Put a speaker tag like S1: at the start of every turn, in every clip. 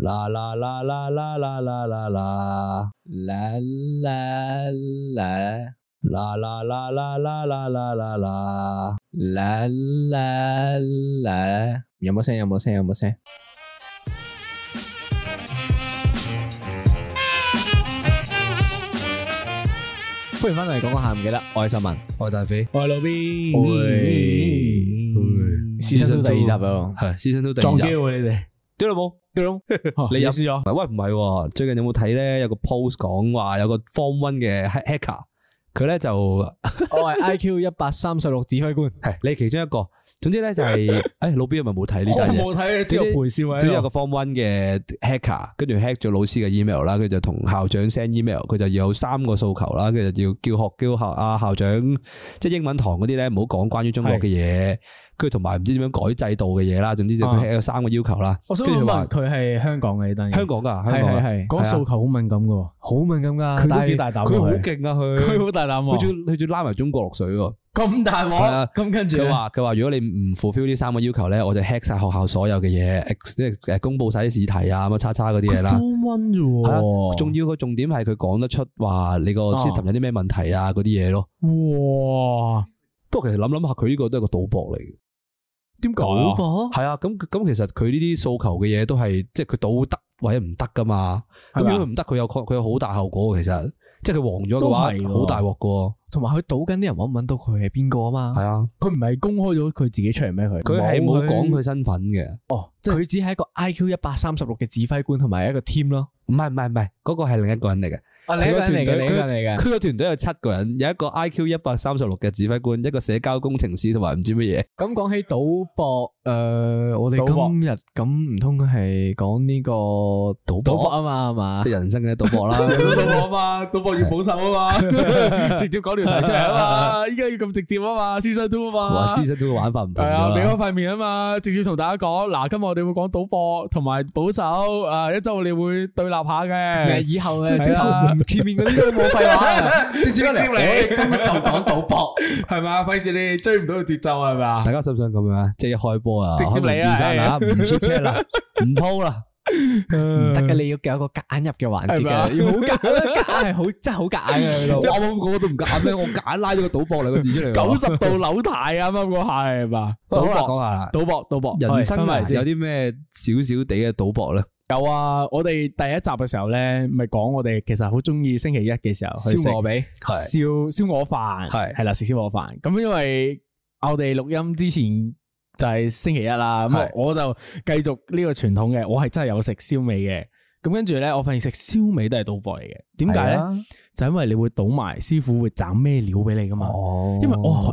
S1: La la la la la la la la la.
S2: La la la
S1: La la la la la la la la la.
S2: la la la，有冇聲？有冇聲？有冇聲？歡迎翻到嚟講講下唔記得，我係秀文，
S1: 我係大肥，
S2: 我係老 B，
S1: 喂
S2: 試身都第二集啊，
S1: 係 season two 第二
S2: 撞
S1: 集
S2: 機，喎你哋，
S1: 屌老母，屌老母，
S2: 你
S1: 入
S2: 輸咗，
S1: 喂唔係喎，最近有冇睇咧？有個 post 講話有個 form one 嘅 hack- hacker，佢咧就
S2: 我係 IQ 一百三十六指揮官，
S1: 係你其中一個。總之咧就係，誒老 B 係咪冇睇呢單嘢？
S2: 睇，
S1: 只有
S2: 陪笑
S1: 總之有個 form one 嘅 hacker，跟住 hack 咗老師嘅 email 啦，佢就同校長 send email，佢就要有三個訴求啦，佢就要叫學叫校啊校長，即係英文堂嗰啲咧唔好講關於中國嘅嘢，跟住同埋唔知點樣改制度嘅嘢啦，總之就佢
S2: 啊
S1: hack 有三個要求啦。
S3: 我想
S1: 跟住佢話
S3: 問佢係香港嘅呢單嘢，
S1: 香港噶，香
S2: 係
S1: 港㗎
S2: 係係，
S3: 講訴求好敏感嘅喎，
S2: 好敏感㗎，
S3: 佢
S2: 但
S3: 都
S2: 係
S3: 幾大膽
S1: 佢好
S3: 喎，
S1: 勁啊佢
S2: 佢。好大膽
S1: 佢
S2: 喎，
S1: 仲佢仲拉埋中國落水喎！
S2: 咁大
S1: 係啊
S2: 鑊，咁跟住
S1: 佢
S2: 呢
S1: 話佢話如果你唔 fulfill 呢三個要求咧，我就 hack 晒學校所有嘅嘢，即係誒公佈晒啲試題啊，乜叉叉嗰啲嘢啦。
S3: Form One 啫
S1: 係
S3: 喎，
S1: 啊，仲要個重點係佢講得出話你個 system 有啲咩問題啊嗰啲嘢咯。
S3: 哇，
S1: 不過其實諗諗下，佢呢個都係個賭博嚟嘅。
S3: 點解
S2: 賭
S3: 啊？
S2: 博
S1: 係啊，咁咁其實佢呢啲訴求嘅嘢都係即係佢賭得或者唔得噶嘛。咁
S3: 係咪啊
S1: 如果佢唔得，佢有佢有好大後果嘅。其實即係佢黃咗嘅話
S3: 都係，喎
S1: 好大鑊噶。
S2: 同埋佢賭緊啲人揾唔揾到佢係邊個啊嘛
S1: 係，啊，
S3: 佢唔係公開咗佢自己出嚟咩？佢
S1: 佢係冇講
S3: 佢
S1: 佢身份嘅。
S2: 哦，即係佢只係一個 IQ 一百三十六嘅指揮官同埋一個 team 咯，
S1: 唔係唔係唔係，嗰個係另一個人嚟嘅。
S2: 啊
S1: 另一個人嚟嘅另一個人
S2: 嚟
S1: 佢個團隊有七個人，有一個 I.Q. 一百三十六嘅指揮官，一個社交工程師同埋唔知乜嘢。
S2: 咁講起賭博，誒、我哋
S3: 賭博
S2: 今日咁唔通係講呢個賭
S1: 博
S2: 啊嘛，係嘛
S1: 即？係人生嘅賭 博啦。
S2: 賭博啊嘛，賭博要保守啊嘛， 直接講條題出嚟啊嘛，依家要咁直接啊嘛，season two 啊
S1: 哇
S2: 嘛，
S1: ，season two 嘅玩法唔
S3: 係
S1: 同咗
S3: 啊，俾
S1: 啦
S3: 開。塊面啊嘛，直接同大家講嗱，今日我哋會講賭博同埋保守，誒一周我哋會對立下
S2: 誒
S3: 嘅，
S2: 啊以後誒直
S3: 係
S2: 頭
S3: 啊
S2: 唔見面嗰啲都冇廢話，直 接
S3: 直接嚟
S2: 誒今日就講賭博，
S3: 係嘛？費事你追唔到個節奏係嘛？
S1: 大家想唔想咁樣啊？即係一開波啊，
S3: 直接嚟啊
S1: 開門見山啊，唔出車 啦，唔鋪啦，
S2: 唔得嘅，你要有一個夾硬入嘅環節
S3: 嗯係咪啊
S2: 嘅，要好 夾硬，夾硬係好真係好
S3: 哎
S2: 夾硬嘅啊去 到
S1: 我。啱啱個都唔夾咩？我夾硬拉咗個賭博兩個字出嚟
S3: 九
S1: 喎。
S3: 十度扭大啱啱嗰下係嘛？
S1: 賭博
S3: 賭博
S1: 講下啦，
S3: 賭博賭博，
S1: 人生啊
S3: 嚟
S1: 有啲咩少少地嘅賭博咧？
S3: 有啊！我哋第一集嘅時候咧，咪講我哋其實好中意星期一嘅時候去食
S2: 燒鵝髀，
S3: 燒燒鵝飯，
S1: 係
S3: 係啦食燒鵝飯。咁因為我哋錄音之前就係星期一啦，
S1: 係
S3: 咁我就繼續呢個傳統嘅，我係真係有食燒味嘅。咁跟住咧，我發現食燒味都係賭博嚟嘅。點解
S2: 係
S3: 咧？
S2: 啊？
S3: 就因為你會賭埋師傅會斬咩料俾你噶嘛。
S1: 哦
S3: 因為我好好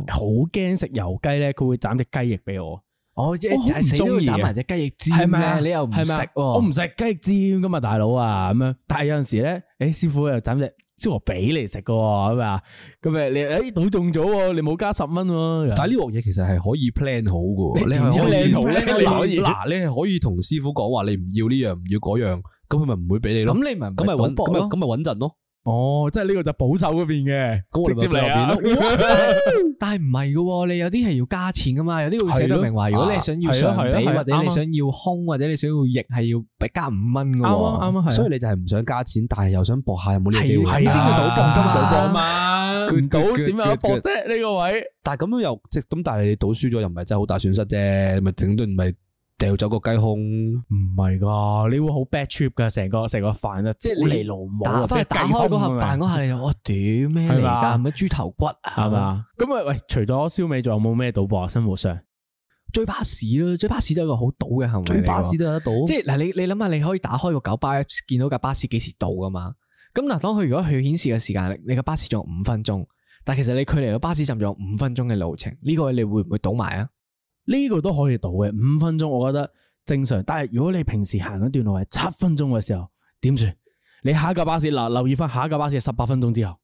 S3: 驚食油雞咧，佢會斬隻雞翼俾我。
S2: 我
S3: 我好
S2: 一
S3: 唔
S2: 死都
S3: 鍾意
S2: 要
S3: 啊
S2: 斬埋只雞翼
S3: 係
S2: 尖
S3: 咪啊
S2: 咧，你又唔食
S3: 係咪啊
S2: 喎？
S1: 哦
S3: 我唔食雞翼尖噶嘛，大佬啊咁樣。但係有陣時咧，誒師傅又斬隻燒鵝髀嚟食噶喎，咁啊，咁誒你誒賭中咗喎，你冇加十蚊喎。
S1: 但係呢鑊嘢其實係可以 plan 好嘅喎，
S3: 你
S1: 係可以
S3: 點知 plan 好咧
S1: 嗱
S3: 你可以
S1: 嗱，你係可以同師傅講話你唔要呢樣，唔要嗰樣，咁佢咪唔會俾你咯。
S2: 咁你咪
S1: 咁咪
S2: 揾
S1: 穩，
S2: 博
S1: 咁咪
S2: 咯
S1: 咁。咪穩陣咯。
S3: 哦，即係呢個就保守嗰邊
S1: 咁
S3: 嘅，
S1: 我
S3: 直
S1: 哋咪
S3: 接嚟
S1: 後
S3: 啊
S1: 邊！
S2: 但係唔係嘅喎，你有啲係要加錢噶嘛，有啲會寫到明話，
S1: 係咯
S2: 如果你想要上
S3: 啊係咯係
S2: 比，
S3: 咯係
S2: 或者你
S3: 啱啊
S2: 想要空，或者你想要翼，係要俾加五蚊嘅喎。
S3: 啱啊啱啊，係啊。啊
S1: 所以你就係唔想加錢，但係又想搏下有冇呢個機會。
S2: 係你先叫賭博㗎嘛
S3: 賭博嘛，唔
S1: Good, good,
S3: 賭
S1: good,
S3: 點有得
S1: good,
S3: 博
S1: good
S3: 啫？呢個位
S1: 但係咁樣又即係咁，但係你賭輸咗又唔係真係好大損失啫，咪整頓咪掉走個雞胸。
S3: 唔係噶，你會好 bad trip 噶，成個成個飯啊，即
S2: 係你
S3: 嚟老母
S2: 打
S3: 啊，
S2: 翻去打開嗰盒飯嗰下，你就我屌咩嚟
S3: 係嘛
S2: 㗎？係咪豬頭骨啊？
S3: 係？嘛？咁啊喂，除咗燒味，仲有冇咩賭博啊？生活上？
S2: 追巴士咯，追巴士都係一個好賭嘅行為嚟㗎喎。
S1: 都有得到，
S2: 即係嗱，你你諗下，你可以打開個九巴 apps 見到架巴士幾時到噶嘛？咁嗱，當佢如果佢顯示嘅時間，你個巴士仲有五分鐘，但其實你距離個巴士站仲有五分鐘嘅路程，呢、個你會唔會倒埋啊？
S3: 呢個都可以賭嘅，五分鐘我覺得正常。但係如果你平時行嗰段路係七分鐘嘅時候，點算？你下一架巴士嗱，留意翻下一架巴士係十八分鐘之後，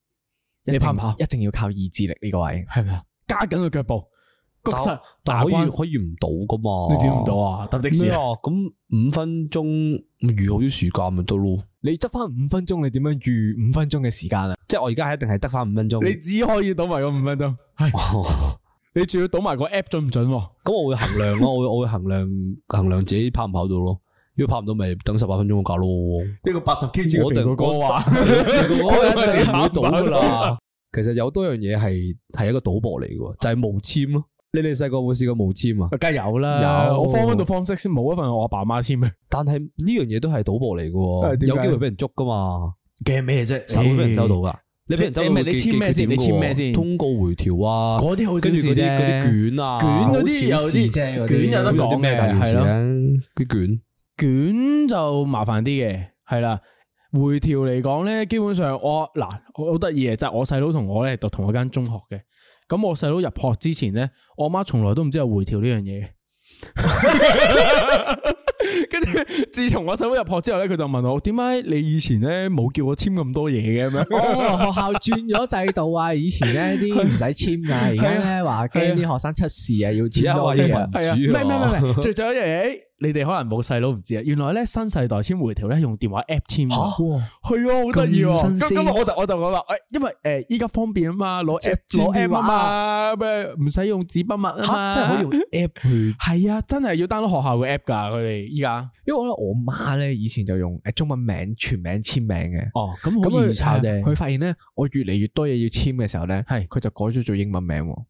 S3: 你跑唔跑？
S2: 一定要靠意志力呢個位。
S3: 係咪啊？加緊個腳步，谷實
S1: 但
S3: 大
S1: 可以
S3: 關，
S1: 可以唔到噶嘛？
S3: 你點唔到啊？搭的士
S1: 咩
S3: 啊
S1: 啊？咁五分鐘預好啲時間咪得咯。
S2: 你得翻五分鐘，你點樣預五分鐘嘅時間啊？
S1: 即係我而家係一定係得翻五分鐘。
S3: 你只可以倒埋個五分鐘，係你仲要倒埋個 app 準唔準喎？
S1: 咁我會衡量咯，我會我會衡量衡量自己跑唔跑到咯。如果跑唔到，咪等十八分鐘嗰架咯。
S3: 一個八十 K
S1: 我定
S3: 話，
S1: 我一定唔會到噶啦。其實有多樣嘢係係一個賭博嚟嘅喎，就係無簽咯。你哋細個有冇試過無簽啊？
S3: 梗係有啦。
S1: 有
S3: 我 form 到 form six 先冇一份我阿爸阿媽簽嘅，
S1: 但係呢樣嘢都係賭博嚟嘅喎，
S3: 係啊點解
S1: 有機會俾人捉噶嘛，
S3: 驚咩啫？
S1: 手會俾人收到。
S3: 嗯
S1: 噶。你俾人收到
S3: 你
S1: 會
S3: 你
S1: 記，
S3: 簽咩先
S1: 記記
S3: 你簽咩
S1: 點嘅喎
S3: 先
S1: 通告回條啊，
S3: 嗰啲好少
S1: 跟住嗰
S3: 事
S1: 啲
S3: 啫
S1: 嗰啲卷啊，
S3: 卷嗰啲有
S1: 好小事
S3: 啲
S1: 啫嗰
S3: 卷有得
S1: 咁
S3: 講
S1: 啲咩大件
S3: 嘅
S1: 事
S3: 係咯
S1: 啊？啲卷
S3: 卷就麻煩啲嘅，係啦。回條嚟講咧，基本上我嗱好得意嘅，啊就係、我細佬同我咧讀同一間中學嘅。咁我細佬入學之前咧，我媽從來都唔知有回條呢樣嘢嘅。 跟住，自從我細佬入學之後咧，佢就問我：點解你以前咧冇叫我簽咁多嘢嘅咁樣？
S2: 哦，學校轉咗制度啊！以前咧啲唔使簽噶，而家咧話驚啲學生出事啊，要
S1: 而
S2: 簽
S1: 家
S2: 多
S1: 話要
S2: 啲啊
S1: 民。
S3: 係啊，
S1: 主
S3: 唔係唔
S1: 啊
S3: 係
S1: 嘛
S3: 唔係，最最有一樣嘢，誒你哋可能冇細佬唔知啊。原來咧新世代簽回條咧用電話 app 簽㗎。係啊，好得意喎！
S2: 咁新
S3: 咁
S2: 鮮
S3: 咁我就我就講話，誒，因為誒依家方便啊嘛，攞 app
S2: 轉
S3: 攞
S2: 電
S3: app
S2: 話
S3: 啊嘛，咩唔使用紙筆墨啊
S1: 嚇
S3: 嘛，
S1: 真係可以用 app 去
S3: 係啊，真係要 download 學校嘅 app 噶，佢哋依家
S2: 因為我咧，我媽咧以前就用誒中文名、全名簽名嘅。
S3: 哦，咁
S2: 咁
S3: 好易
S2: 佢
S3: 抄啫。
S2: 佢發現咧，我越嚟越多嘢要簽嘅時候咧，
S3: 係
S2: 佢就改咗做英文名喎。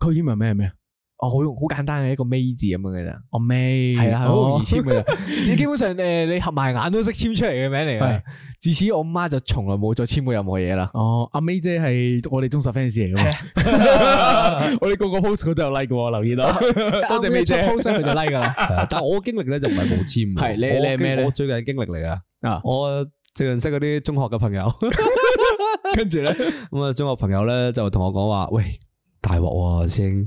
S3: 佢英文咩係咩？啊哦
S2: 哦，好用好簡單嘅一個 May 字咁樣嘅咋。
S3: 我咩？
S2: 係啦，係好容易簽
S3: 嘅。
S2: 嘅咋，即係基本上誒，你合埋眼都識簽出嚟嘅名嚟
S3: 係
S2: 嘅。自此我媽就從來冇再簽過任何嘢啦。
S3: 哦，阿 May 姐係我哋忠實 fans 嚟嘅，我哋個個 post 佢都有 like 嘅喎，留意到。多謝 May 姐
S2: 啱啱一出 post 佢就 like 噶啦。
S1: 係啊但係我嘅經歷咧就唔係冇簽嘅，
S3: 係你
S1: 我
S3: 你係咩咧
S1: 我最近嘅經歷嚟噶。
S3: 啊
S1: 我最近識嗰啲中學嘅朋友，
S3: 跟住咧，
S1: 咁啊中學朋友咧就同我講話，喂大鑊喎師 兄，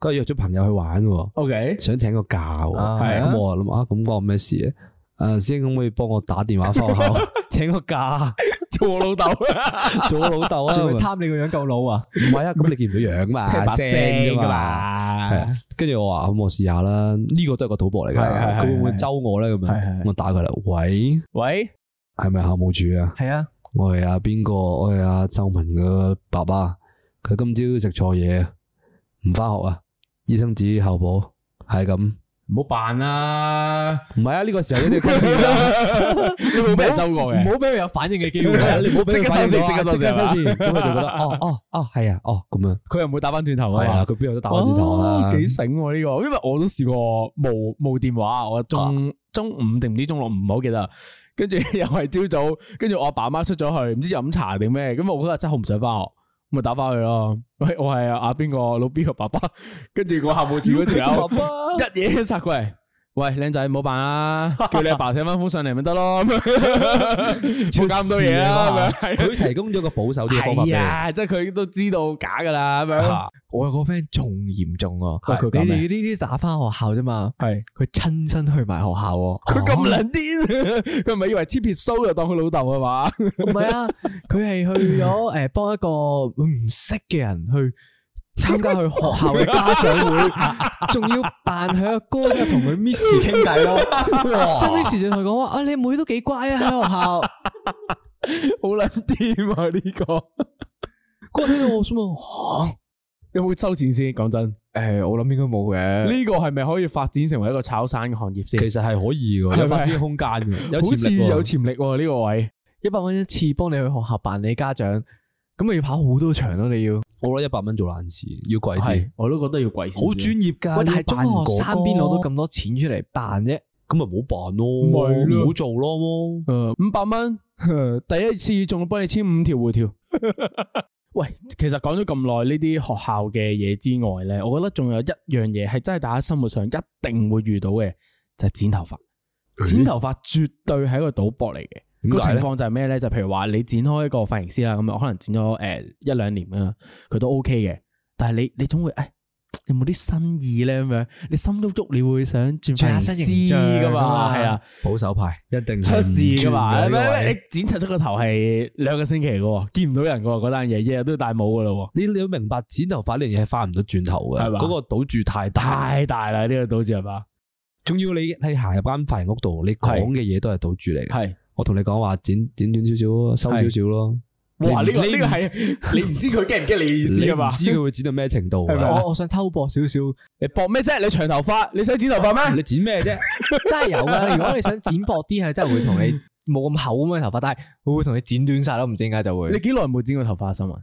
S1: 佢約咗朋友去玩喎，
S3: OK，
S1: 想請個假喎，
S2: 啊
S1: 咁我諗啊咁關我咩事啊？誒師兄可唔可以幫我打電話翻學 校請個假，
S3: 做我老豆。
S1: 做我老豆啊？
S2: 仲
S1: 咁
S2: 要
S1: 樣
S2: 貪你個樣夠老啊！
S1: 唔係啊，咁你見唔到樣嘛，
S3: 聽把
S1: 聲啫
S3: 聲㗎
S1: 嘛。
S3: 嘛
S1: 系啊，跟住我話咁我試下啦，呢個都係個賭博嚟㗎，
S3: 係係係
S1: 佢會唔會
S3: 係
S1: 周我咧咁
S3: 係係
S1: 樣？我打佢啦，喂，
S3: 喂，
S1: 係咪校務處啊？
S2: 係啊，
S1: 我係阿邊個？我係阿秀文嘅爸爸，佢今朝食錯嘢，唔翻學啊！醫生紙後補係咁，
S3: 唔好扮啦。
S1: 唔係啊！呢個時候一定要講 笑啦，
S3: 你冇俾人周過嘅，
S2: 唔好俾佢有反應嘅機會。
S1: 係啊 你唔好俾佢反應到啊
S3: 即刻收線
S1: 即刻收
S3: 即
S1: 線，咁佢就覺得哦哦哦係啊哦咁樣，
S3: 佢又唔會打翻轉頭啊
S1: 係啊，
S3: 嘛。
S1: 佢邊有得打翻轉頭
S3: 哦
S1: 啦？
S3: 幾醒喎呢個，因為我都試過冇冇電話，我
S1: 啊
S3: 中中午定唔知中六唔好記得，跟住 又係朝早，跟住我阿爸媽出咗去，唔知飲茶定咩，咁我嗰日真係好唔想翻學。咁咪打翻去咯， 喂，我係阿邊個老 B 個爸爸，跟住個校務處嗰條 友一嘢殺過嚟，喂，靚仔唔好 扮啦，叫你阿爸寫翻封信嚟咪得咯， 咁樣冇搞咁多嘢啦，咁樣係啊
S1: 佢提供咗個保守啲嘅方法俾你。
S3: 係啊，即係佢都知道假噶啦咁樣。
S1: 啊
S2: 我有個 friend 仲嚴重
S3: 喂
S2: 喎，
S3: 佢講
S2: 你
S3: 咩
S2: 哋呢啲打翻學校啫嘛，
S3: 係
S2: 佢親身去埋學校喎。哦
S3: 佢咁撚 癲，佢唔係以為黐撇須就當佢老豆係嘛？
S2: 唔係啊，佢係去咗誒幫一個唔識嘅人去參加佢學校嘅家長 會，仲要扮佢阿哥即係同佢 Miss 傾偈咯。真 Miss 就同佢講話：啊，你妹都幾乖啊喺學校。
S3: 好撚癲啊！呢個
S2: 嗰日聽啊到我心諗嚇
S3: 有冇收錢先？講真，呢
S2: 誒，我諗應該冇嘅。
S3: 個係咪可以發展成為一個炒散嘅行業先
S1: 其？實係可以嘅，
S3: 係咪
S1: 有發展空間嘅，有
S3: 好
S1: 潛
S3: 似
S1: 力喎
S3: 有潛力喎呢個位。
S2: 一百蚊一次幫你去學校辦理家長，咁咪要跑好多場咯，你要。
S1: 我攞一百蚊做爛事，要貴啲，
S3: 係，我都覺得要貴
S1: 好專業㗎。
S2: 喂，但係
S1: 你
S2: 中
S1: 扮哥哥
S2: 學生邊攞到咁多錢出嚟辦啫？
S1: 咁咪唔好辦咯，
S3: 咪咯
S1: 唔好做咯。
S3: 誒，五百蚊， 第一次仲要幫你簽五條回條。 喂，其實講咗咁耐呢啲學校嘅嘢之外咧，我覺得仲有一樣嘢係真係大家生活上一定會遇到嘅，就係剪頭髮。剪頭髮絕對係一個賭博嚟嘅。
S1: 點
S3: 個
S1: 解
S3: 情
S1: 咧？
S3: 況就係咩咧？就譬如話你剪開一個髮型師啦，咁啊可能剪咗誒一兩年啦，佢都 OK 嘅。但係你你總會誒有冇啲新意咧？咁樣你心喐喐，你會想轉
S2: 轉下
S3: 髮
S2: 身
S3: 型
S2: 形
S3: 師噶
S2: 象啊
S3: 嘛？係啊，
S1: 保守派一定
S3: 出事噶嘛？
S1: 唔轉嘅呢個
S3: 咩
S1: 位
S3: 咩你剪柒咗個頭係兩個星期噶喎，見唔到人噶喎嗰單嘢，日日都要戴帽噶咯
S1: 你你要明白剪頭髮呢樣嘢係翻唔到轉頭嘅，
S3: 係嘛
S1: 嗰個賭注太
S3: 喎，
S1: 大，
S3: 太大啦呢個賭注係嘛？
S1: 仲要你你行入間髮型屋度，你講嘅嘢都係賭注嚟嘅。
S3: 係。
S1: 我同你講話剪剪短少少，收少少咯。
S3: 哇！呢個
S1: 你唔
S3: 呢個 係你唔知佢驚唔驚你嘅意思
S1: 你
S3: 噶嘛
S1: 唔？知佢會剪到咩程度㗎
S3: 係咪
S2: 我我想偷博少少，
S3: 你搏咩啫？你長頭髮，啊你想剪頭髮
S1: 你
S3: 咩？
S1: 剪咩啫？
S2: 真係有 噶。如果你想剪薄啲，係真係會同你冇咁厚咁嘅頭髮，但係佢會同你剪短晒咯。唔知點解就會
S3: 你幾耐冇剪過頭髮啊？新聞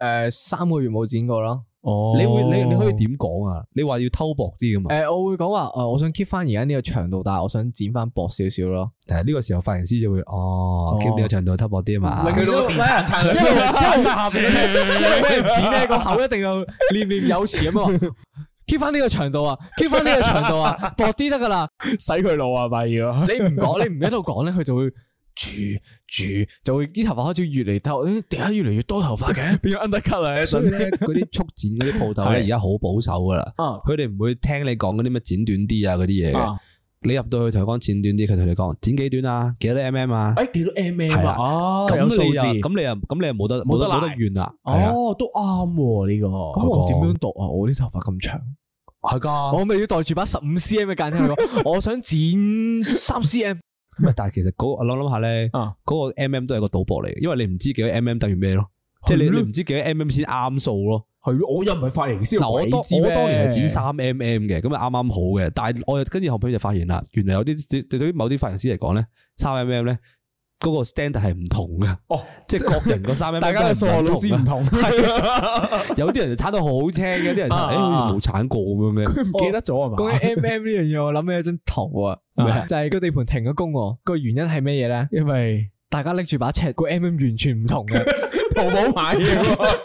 S2: 誒三個月冇剪過咯。
S3: 哦
S1: 你會你你可以點講啊？你話要偷薄啲噶嘛？
S2: 誒，我會講話呃誒，我想 keep 翻而家呢個長度，但係我想剪翻薄少少咯。
S1: 但係呢個時候髮型師就會哦
S3: 哦
S1: ，keep 你個長度偷薄啲啊 嘛。
S3: 令佢到個地產產
S2: 因為之後因為俾人剪咧個口一定要念念有詞咁啊！keep 翻呢個長度啊，keep 翻呢個長 度啊，薄啲得噶啦。
S3: 洗佢腦啊咪要？
S2: 你唔講，你唔喺度講咧，佢就會住住，就會啲頭髮開始越嚟多，咦點解越嚟越多頭髮嘅？
S3: 變 undercut 啦，一
S1: 所以
S3: 陣
S1: 咧，嗰啲速剪嗰啲鋪頭咧，
S3: 係
S1: 而家好保守噶啦。
S2: 啊，
S1: 佢哋唔會聽你講嗰啲咩剪短啲啊嗰啲嘢嘅
S3: 啊。
S1: 你入到去同佢講剪短啲，佢同你講剪幾短啊，幾多 mm 啊？
S3: 誒幾多 mm
S1: 係啦
S3: 啊？哦，
S1: 咁
S3: 有數
S1: 你
S3: 字
S1: 又。咁你又咁你又冇得冇
S3: 冇
S1: 得
S3: 得
S1: 冇得
S3: 賴
S1: 怨 啦。係啊，
S3: 哦，都啱喎呢個。
S2: 咁我點樣度啊？我啲頭髮咁長，
S1: 係噶。
S2: 我咪要袋住把十五 cm 嘅間尺嚟講，我想剪三 cm。
S1: 唔係，但係其實嗰我諗諗下咧，
S3: 啊
S1: 嗰個 mm 都係個賭博嚟嘅，因為你唔知幾多 mm 等於咩咯，即係你
S3: 係
S1: 你
S3: 咯
S1: 唔知幾多 mm 先啱數咯。
S3: 係咯，我又唔係髮型師，
S1: 嗱，我
S3: 鬼
S1: 當
S3: 知咩
S1: 我當年係剪三 mm 嘅，咁啊啱啱好嘅，但係我又跟住後尾就發現啦，原來有啲對對於某啲髮型師嚟講咧，三 mm 咧嗰個 standard 係唔同嘅，
S3: 哦，
S1: 即係各人個三 mm
S3: 大家嘅數學老師唔同，啊唔
S1: 有啲人就鏟到好青，有啲人就誒哎
S3: 啊啊啊
S1: 好似冇鏟過咁樣嘅。
S3: 記得咗係嘛？
S2: 講起 mm 呢樣嘢，我諗起一張圖啊
S3: 咩啊，
S2: 就係個地盤停咗工喎。個原因係咩嘢咧？
S3: 因為
S2: 大家拎住把尺，個 mm 完全唔同嘅。
S3: 淘寶買嘅 喎，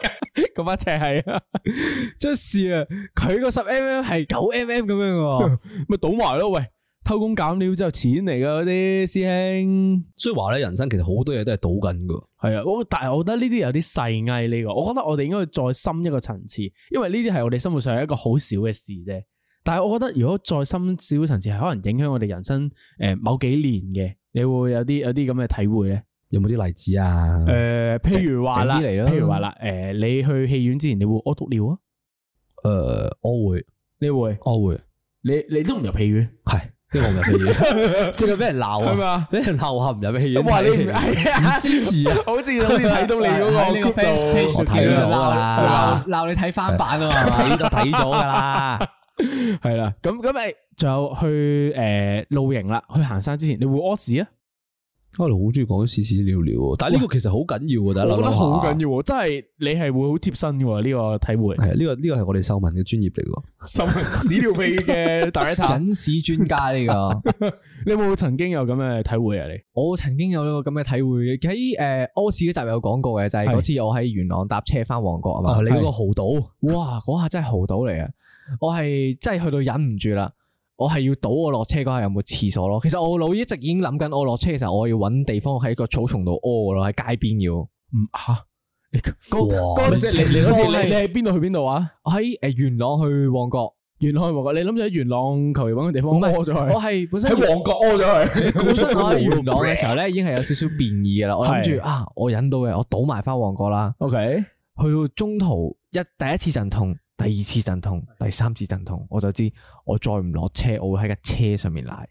S3: 嗰把尺係啊，
S2: 真係啊！佢個十 mm 係九 mm 咁樣嘅喎，
S3: 咪倒埋咯。喂，偷工減料之後錢嚟噶嗰啲師兄。
S1: 所以話咧，人生其實好多嘢都係賭緊㗎。
S3: 係啊，我但係我覺得呢啲有啲細藝呢個，我覺得我哋應該再深一個層次，因為呢啲係我哋生活上一個好少嘅事啫。但係我覺得如果再深少少層次，係可能影響我哋人生誒、呃某幾年嘅，你會有啲有啲咁嘅體會咧。
S1: 有冇啲例子啊？
S3: 誒、譬如話啦，
S2: 整啲嚟啦
S3: 譬如話啦，誒、你去戲院之前你會屙督尿啊？
S1: 誒，呃我會，
S3: 你會，
S1: 我會，
S3: 你你都唔入戲院，
S1: 係，因為我唔入戲院， 最近俾人鬧啊
S3: 係。咪啊？
S1: 俾人鬧下唔入戲院睇戲，
S3: 哇！你唔
S1: 唔支持啊！
S3: 好似好似睇到你嗰個 group 度
S1: 我睇咗㗎啦
S2: 鬧鬧你睇翻版啊嘛，
S1: 睇就睇咗噶啦，
S3: 系啦，咁咁咪仲有去诶、呃露營啦，去行山之前你會屙屎啊？
S1: 我哋好中意講屎屎尿尿喎，但係呢個其實好緊要嘅，大家諗
S3: 我覺得好緊
S1: 要。
S3: 要喎，真係你係會好貼身嘅喎呢個體會，
S1: 係呢個呢個係我哋秀文嘅專業嚟嘅，
S3: 心屎尿屁嘅大家 探，
S2: 隱屎專家呢個。
S3: 你有冇曾經有咁嘅體會啊？你
S2: 我曾經有呢個咁嘅體會嘅，喺誒屙屎嗰集有講過嘅，就係嗰
S3: 係
S2: 次我喺元朗搭車翻旺角啊嘛。
S1: 哦，你嗰個豪賭
S2: 哇，嗰下真係豪賭嚟嘅，我係真係去到忍唔住啦，我係要賭我落車嗰下有冇廁所咯。其實我腦一直已經諗緊，我落車嘅時候我要揾地方喺個草叢度屙咯，喺街邊要。
S3: 唔吓你
S1: 哇
S3: 嗰你你嗰次你你
S2: 你
S3: 喺邊度去邊度啊？
S2: 我喺誒元朗去旺角，
S3: 元朗去旺角，你諗住喺元朗求其揾個地方
S2: 唔係
S3: 屙咗
S2: 我
S3: 佢，
S2: 係本身
S3: 喺旺角屙咗佢，
S2: 本身我喺元朗嘅時候咧，已經係有少少變異噶啦。我諗住
S3: 係
S2: 啊，我忍到嘅，我倒埋翻旺角啦。
S3: ，OK，
S2: 去到中途一第一次陣痛，第二次陣痛，第三次陣痛，我就知我再唔落車，我會喺架車上面賴。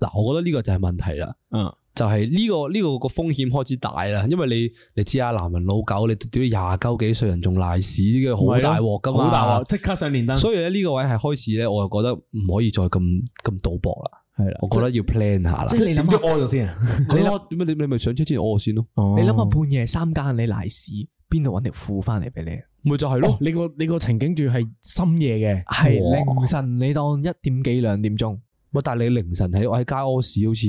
S1: 嗱，我覺得呢個就係問題啦，
S3: 嗯，
S1: 就係呢個呢個個風險開始大啦，因為你你知啊，男人老狗，你屌廿鳩幾歲人仲賴屎，呢個好大鑊噶嘛，
S3: 好大鑊，即刻上連登，
S1: 所以咧呢個位係開始咧，我又覺得唔可以再咁咁賭博啦，
S3: 係啦
S1: 我覺得要 plan 下啦。
S2: 即係你諗下
S3: 點知屙咗哦先啊？
S1: 你諗點解你你咪上車之前屙先咯，
S2: 你
S3: 你
S2: 諗下半夜三更你賴屎，邊度揾條褲翻嚟俾你？
S1: 咪就係
S3: 哦
S1: 咯，。
S3: 你個你個情景住係深夜嘅，
S2: 係
S1: 哇
S2: 凌晨你當一點幾兩點鐘，
S1: 喂，但係你凌晨喺我喺街屙屎，好似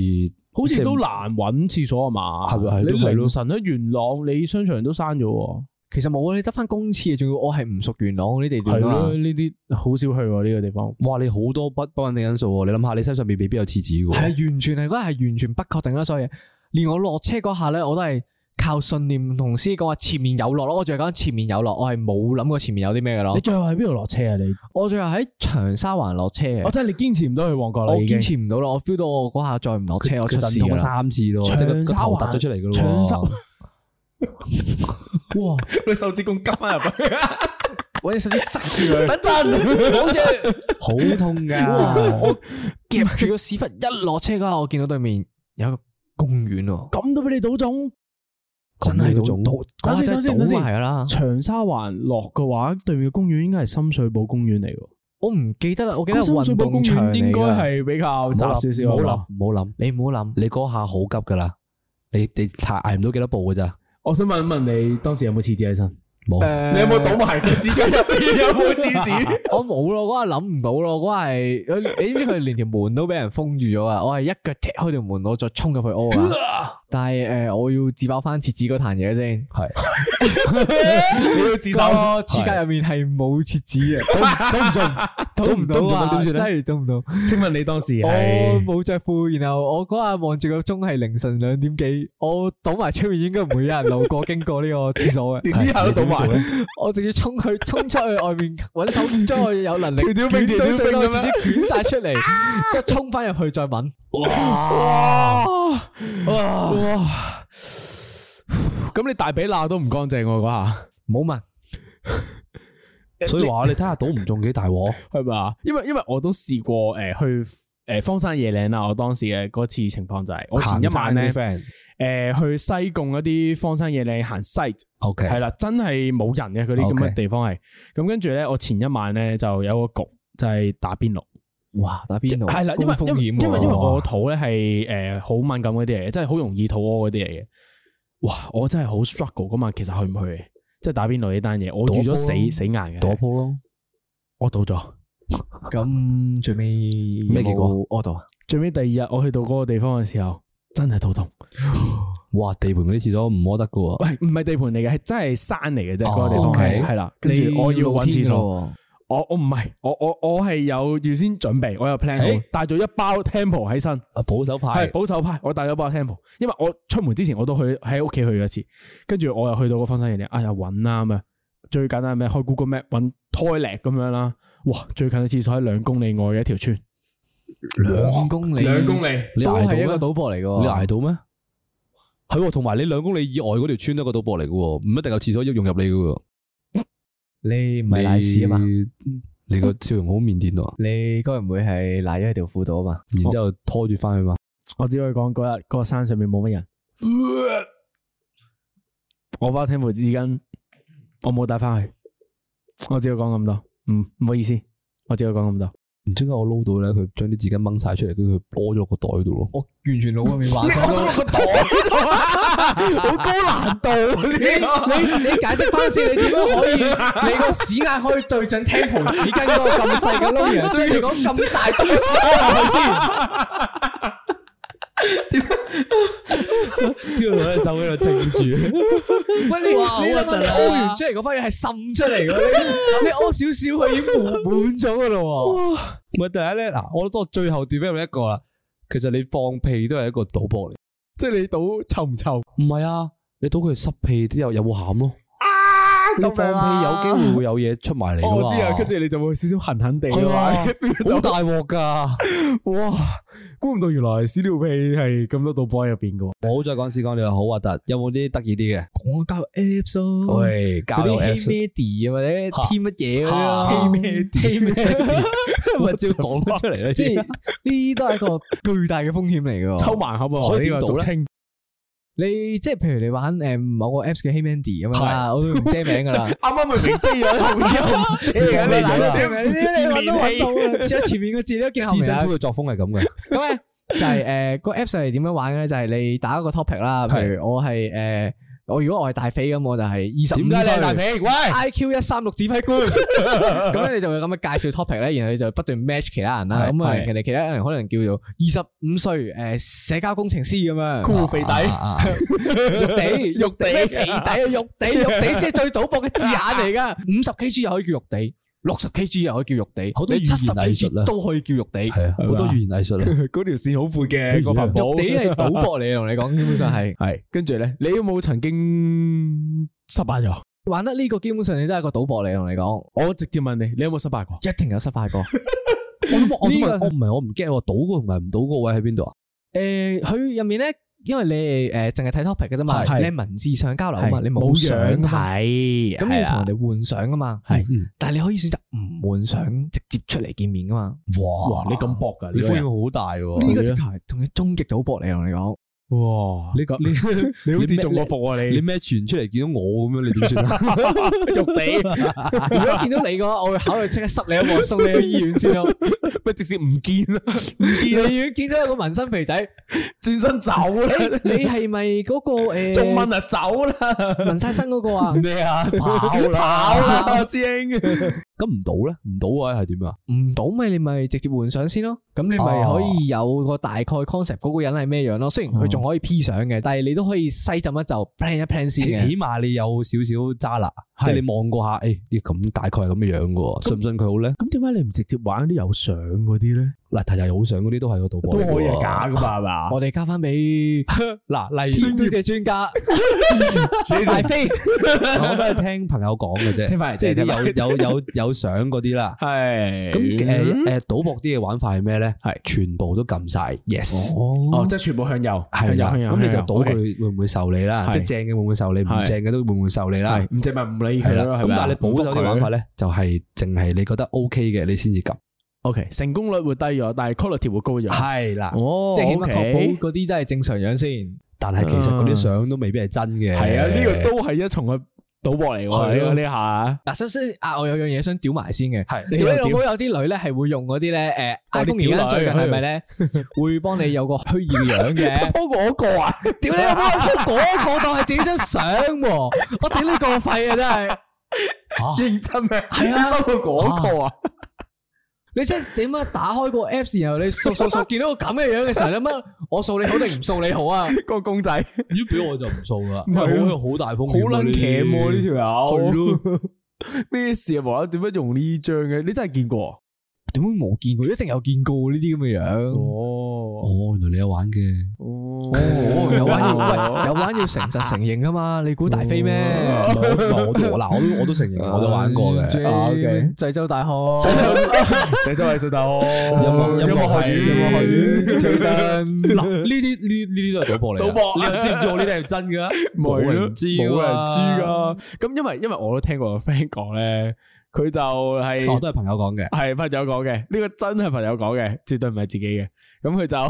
S3: 好似都
S1: 即係
S3: 難揾廁所啊嘛。
S1: 係咪係都
S3: 你
S1: 係咯
S3: 凌晨喺元朗，你商場都閂咗喎。
S2: 其實冇啊，你得翻公廁，仲要我係唔熟元朗嗰啲地
S3: 係
S2: 段啊哦
S3: 咯，。呢啲好少去喎呢個地方。
S1: 哇！你好多不不穩定因素喎，你諗下，你身上面未必有廁紙
S2: 係
S1: 嘅喎，
S2: 啊完全係嗰日係完全不確定啦，所以連我落車嗰下咧，我都係靠信念同司機講話前面有落咯，我仲係講前面有落，我係冇諗過前面有啲咩嘅咯
S3: 你。最後喺邊度落車啊？你
S2: 我最後喺長沙灣落車嘅
S3: 我，真係你堅持唔到去旺角啦，
S2: 我
S3: 已經
S2: 堅持唔到啦，我 feel 到我嗰下再唔落車，我出
S1: 陣
S2: 事
S1: 痛
S2: 啦。
S1: 三次咯，即係個
S3: 長沙
S1: 頭
S3: 灣
S1: 突咗出嚟噶咯
S2: 啊
S3: 長沙
S1: 喎。
S2: 哇！
S3: 你手指公急翻入去，
S2: 搵隻手指塞住佢，
S3: 等陣，好似
S1: 好痛
S2: 哇！
S1: 噶，
S2: 我夾住個屎忽一落車嗰下，我見到對面有一個公園喎，
S3: 咁都俾你賭中。
S2: 真係
S1: 嗰
S2: 到
S1: 種
S2: 到，
S3: 等先
S2: 嗰下
S3: 等先
S2: 真
S3: 等
S2: 係
S3: 先
S2: 倒埋㗎啦。
S3: 長沙灣落嘅話，對面嘅公園應該係深水埗公園嚟喎。
S2: 我唔記得啦，我記得係
S3: 深水
S2: 運
S3: 埗公
S2: 動場
S3: 園
S2: 嚟
S3: 應該
S2: 㗎
S3: 係比較窄少少。
S1: 唔
S3: 啊
S1: 好諗，唔好諗，
S2: 你唔好諗，
S1: 你嗰下好急噶啦，你你太挨唔到幾多步噶咋，
S3: 我想問一問你當時有冇廁紙喺身？
S1: 冇。
S2: 誒
S3: 你有冇倒埋個紙巾入邊？ 有冇廁紙？
S2: 我冇咯，嗰下諗唔到咯，嗰下係你知唔知佢連條門都俾人封住咗啊！我係一腳踢開條門，我再衝入去屙 啊！但係誒，我要自爆翻廁紙嗰壇嘢先。
S1: 係
S3: 你要自首
S2: 個廁格入面係冇廁 紙嘅，倒唔倒唔到
S1: 倒唔到
S2: 啊！
S1: 咁點算
S2: 真
S1: 呢
S2: 係倒唔到。
S3: 請問你當時
S2: 我
S3: 係
S2: 冇着褲，然後我嗰下望住個鐘係凌晨兩點幾，我倒埋出面應該唔會有人路過經過呢個廁所嘅，
S3: 連呢下都倒埋，
S2: 我直接衝去衝出去外面揾手，將我有能力
S3: 條條冰
S2: 捲到
S3: 條條
S2: 最
S3: 冰
S2: 多
S3: 咁
S2: 自己
S3: 樣
S2: 捲晒出嚟，即係衝翻入去再揾。
S3: 哇哇哇！ 咁你大髀罅都唔乾淨喎，嗰下
S2: 唔好問，
S1: 所以話你睇下賭唔中幾大 鑊，
S3: 係咪啊？因為因為我都試過誒去誒荒山野嶺啦，我當時嘅嗰次情況就係我前一晚咧
S1: 行山嗰啲 friend。
S3: 誒去西貢一啲荒山野嶺行 site。
S1: O K，
S3: 係啦，真係冇人嘅嗰啲咁
S1: OK
S3: 嘅地方係。咁跟住咧，我前一晚咧就有個局就係打邊爐，
S2: 哇！打邊爐
S3: 係啦，因為
S2: 高風
S3: 因為
S2: 險喎，
S3: 因為因為我肚咧係誒好敏感嗰啲嚟嘅，即係好容易肚屙嗰啲嚟嘅。哇！我真係好 struggle 嗰晚，其實去唔去？即係打邊爐呢單嘢，我預咗死
S1: 賭一鋪咯
S3: 死硬嘅，
S1: 躲鋪咯，
S3: 我到咗。
S2: 咁最尾
S1: 咩
S2: 結
S1: 結果
S2: 屙到啊？
S3: 最尾第二日我去到嗰個地方嘅時候，真係肚痛。
S1: 哇！地盤嗰啲廁所唔摸得噶喎，
S3: 喂，唔係地盤嚟嘅，係真係山嚟嘅啫。
S1: 哦
S3: 嗰個地方
S1: OK
S3: 係係啦，跟住我要揾廁所。
S2: 所。
S3: 我我唔係，我我我係有預先準備，我有 plan 好
S1: 欸，
S3: 帶咗一包 Temple 喺身，
S1: 啊保守派
S3: 係保守派，我帶咗包 Temple，因為我出門之前我都去喺屋企去咗一次，跟住我又去到個婚紗嘢，哎呀揾啦咁啊，最簡單係咩？開 Google Map 揾 toilet 咁樣啦，哇！最近嘅廁所喺兩公里外嘅一條村，
S2: 兩公里，
S3: 里，
S1: 你
S2: 都
S1: 挨到
S2: 係一個
S1: 咩？
S2: 賭博嚟嘅。
S1: 你挨到咩？係喎，同埋你兩公里以外嗰條村都係個賭博嚟嘅喎，唔一定有廁所要用入你嘅喎。
S2: 你唔係賴屎啊嘛？哦
S1: 你？你個笑容好腼腆啊，
S2: 你該唔會係賴咗喺條褲度啊嘛？
S1: 然之後拖住翻去嘛。
S3: 我只可以講嗰日嗰個山上面冇乜人，我包 Temple 紙巾我冇帶翻去，我只可以講咁多，嗯，唔好意思，我只可以講咁多。
S1: 唔知點解我撈到咧，佢將啲紙巾掹晒出嚟，跟住佢攞咗個袋度咯。
S2: 我完全腦入面幻想到。
S3: 好高難度呢個
S2: 你你解釋翻先，你點樣可以你個屎眼可以對準 Temple 紙巾嗰個咁細嘅窿，然後追住講咁大公屎啊係
S1: 呢個喺手喺度撐住，
S2: 咪先？喂，你
S1: 哇
S2: 你諗
S1: 好核
S2: 下
S1: 突啊
S2: 屙完出嚟嗰番嘢係滲出嚟嘅，你你屙少少佢已經滿滿咗嘅咯
S1: 唔係，但係咧嗱，我都最後 develop 一個啦。其實你放屁都係一個賭博嚟，
S3: 即係你賭臭唔臭？
S1: 唔係啊？你賭佢濕屁都有有冇餡咯？
S2: 啊
S1: 你放屁有機會會有嘢出埋嚟㗎嘛啊
S3: 我知啊，跟住你就會少少痕痕地嘅話，
S1: 好大鑊噶！
S3: 哇！估唔到原來屎尿屁係咁多賭波入邊嘅喎。
S1: 唔好再講屎講尿啦，好核突。有冇啲得意啲嘅？
S2: 喎。講交友 Apps 咯
S1: 喂，
S2: 哦嗰
S1: 交友
S2: 啲
S1: Apps，
S2: Hey Medi 啊，或者
S1: 嚇
S2: Team 乜嘢嗰啲
S1: 嚇
S2: 啊
S1: Hey
S2: Medi，Hey Medi，
S1: 咪照講得出嚟咧，
S2: 即係呢啲都係一個巨大嘅風險嚟嘅。
S3: 抽盲盒啊，
S1: 可以
S3: 呢
S1: 點
S3: 個
S1: 賭
S3: 俗
S1: 咧
S3: 稱
S2: 你即係譬如你玩誒某個 Apps 嘅 Hey Mandy 咁樣啦，我都唔遮名噶啦。
S3: 啱啱咪明知 咗，又唔知
S2: 你
S3: 嚟 咗啦
S2: 你你你都揾到啊！只有前面個字都見後
S1: 私
S2: 面
S1: 生
S2: 啊
S1: 通。嘅作風係咁嘅，
S2: 咁咧就係誒個 Apps 係點樣玩嘅咧？就係你打一個 topic 啦，譬如我係誒我如果我係大肥咁，我就係二十五
S1: 點解你係大
S2: 肥？喂，IQ 一三六指揮官。咁咧你就會咁樣介紹 topic 咧，然後你就不斷 match 其他人啦。
S3: 係
S2: 咁啊，
S3: 係
S2: 人哋其他人可能叫做二十五歲誒社交工程師咁樣。
S3: 酷肥底
S1: 啊啊啊
S2: 肉地，肉地，肥底啊，肉地，肉地先係最賭博嘅字眼嚟噶。五十 Kg 又可以叫肉地，
S3: 六十 kg 又可以叫肉地，
S1: 好多
S3: 你七十
S1: 語言藝術啦
S3: kg 都可以叫肉地，
S1: 系啊，好多語言藝術啦。
S3: 嗰條線好闊嘅個頻
S2: 肉
S3: 譜，
S2: 地係賭博嚟嘅，同你講基本上 係
S3: 係跟住咧，你有冇曾經失敗咗？
S2: 玩得呢個，基本上你都係一個賭博嚟，同你講，
S3: 我直接問你，你有冇失敗過？
S2: 一定有失敗過。
S1: 我想問我想
S2: 呢
S1: 問
S2: 個
S1: 我唔係我唔 get 喎，賭嗰個同埋唔賭嗰個位喺邊度啊？
S2: 诶，佢入面咧，因為你係诶净系睇 topic 嘅啫嘛，
S3: 係
S2: 你係文字上交流啊嘛，
S3: 係
S2: 你冇相㗎嘛，
S3: 睇，
S2: 咁你要同人哋換相噶嘛，
S3: 係
S1: 嗯
S2: 但係你可以選擇唔換相，直接出嚟見面噶嘛。
S1: 哇
S3: 哇！你咁搏噶？
S1: 你
S3: 呢
S1: 反
S3: 個
S1: 應
S3: 人
S1: 好大喎。
S2: 呢個直頭係同你終極賭博嚟，同你講。
S3: 哇！
S1: 你你
S3: 你好似中過
S1: 咩
S3: 伏喎
S1: 你
S3: 你
S1: 咩傳出嚟見到我咁樣，你點算啊？
S3: 肉地，
S2: 如果見到你嘅話，我會考慮即刻塞你一鑊，送你去醫院先咯。
S3: 咪直接唔見啦，唔
S2: 你
S3: 見啦，
S2: 要見到一個紋身肥仔，
S3: 轉身走啦，
S2: 你係咪嗰個诶
S3: 仲問啊走啦，
S2: 紋晒身嗰 個啊？
S3: 咩啊跑跑
S2: 啦
S3: 啦，師兄，
S1: 咁唔賭咧？唔賭位係點啊？
S2: 唔到咪你咪直接換相先咯，咁你咪可以有個大概 concept 嗰個人係咩樣咯。雖然佢仲可以 P 相嘅，但係你都可以西浸一就 plan 一 plan 先
S1: 起
S2: 嘅。
S1: 起碼你有少少渣啦，即係你望過下，誒，咦咁大概係咁嘅樣嘅喎，信唔信佢好咧？
S3: 咁點解你唔直接玩啲有相嗰啲咧？
S1: 嗱，提提好相嗰啲都係個賭博嚟嘅喎，
S3: 噶嘛，係嘛？
S2: 我哋交翻俾
S1: 嗱，例
S2: 專
S1: 如
S2: 業嘅專家大飛，
S1: 我都係聽朋友講嘅啫，
S3: 聽翻嚟
S1: 即係
S3: 聽翻嚟
S1: 啲有有 有有相嗰啲啦。
S3: 係
S1: 咁誒誒，賭博啲嘅玩法係咩咧？
S3: 係
S1: 全部都撳晒 yes。
S3: 哦，即係全部向右，
S1: 係
S3: 向右
S1: 啦，
S3: 向右，
S1: 咁你就
S3: 向右
S1: 賭
S3: OK
S1: 佢會唔會受你啦，
S3: 係
S1: 即係正嘅會唔會受你，唔
S3: 係
S1: 正嘅都會唔會受你啦。
S3: 係唔正咪唔理
S1: 係
S3: 佢
S1: 啦，
S3: 咯，係
S1: 咁
S3: 咪
S1: 但
S3: 啊
S1: 係你保守啲玩法
S3: 咧
S1: 咧，就係淨係你覺得 O K 嘅，你先至撳。
S3: ，OK，成功率會低咗，但係 quality 會高咗。
S1: 係啦，
S3: 哦，
S2: 即係起碼
S3: OK
S2: 確保嗰啲都係正常樣先。
S1: 但係其實嗰啲相都未必係真嘅。
S3: 係啊，呢個都係一重嘅賭博嚟
S1: 係
S3: 喎，呢
S1: 咯
S3: 個呢下。
S2: 嗱，首先啊，我有樣嘢想屌埋先嘅。
S1: 係
S3: 你
S2: 屌你
S3: 又
S2: 老
S3: 屌
S2: 母有啲女咧係會用嗰啲咧，诶
S3: 我哋
S2: ，iPhone 而家
S3: 屌
S2: 最
S3: 女
S2: 近係咪咧 會幫你有個虛擬嘅樣嘅？
S3: 不過嗰個啊，
S2: 屌 你老母，嗰個當係自己張相喎，我屌你個肺啊！真係，
S3: 認真咩？
S2: 係啊
S3: 你收過嗰個啊，
S2: 你真係點啊？打開個 apps，然後你掃掃 掃，見到個咁嘅樣嘅時候，你乜我掃你好定唔掃你好 啊？
S3: 個公仔好
S1: 如果俾我就唔掃啦，
S3: 係啊
S1: 因為好大風險啊。
S3: 撚騎喎呢條
S1: 係
S3: 友
S1: 咯。
S3: 咩事啊？無啦啦點解用呢張嘅？你真係見過？
S2: 點會冇見過？一定有見過呢啲咁嘅樣。
S3: 哦
S1: 哦，原來你有玩嘅，
S2: 哦，
S3: 哦
S2: 有玩要喂，有玩要誠實承認噶嘛？你估大飛咩？
S1: 我我都嗱，我都我都承認，我都玩過嘅。
S2: 最
S3: 啊，OK
S2: 濟州大學，
S3: 仔仔係細豆，
S1: 樂音樂系
S3: 音樂學院
S2: 最近
S1: 嗱，呢啲呢呢啲都係賭博嚟㗎。
S3: 賭博
S1: 你又知唔知我呢啲係真㗎？
S3: 冇
S1: 冇
S3: 人
S1: 人
S3: 知，
S1: 知
S3: 冇人
S1: 㗎
S3: 知噶。咁因為因為我都聽過個 friend 講咧，佢就係
S1: 我都係朋友講嘅。
S3: 係朋友講嘅，呢個真係朋友講嘅，絕對唔係自己嘅。咁佢就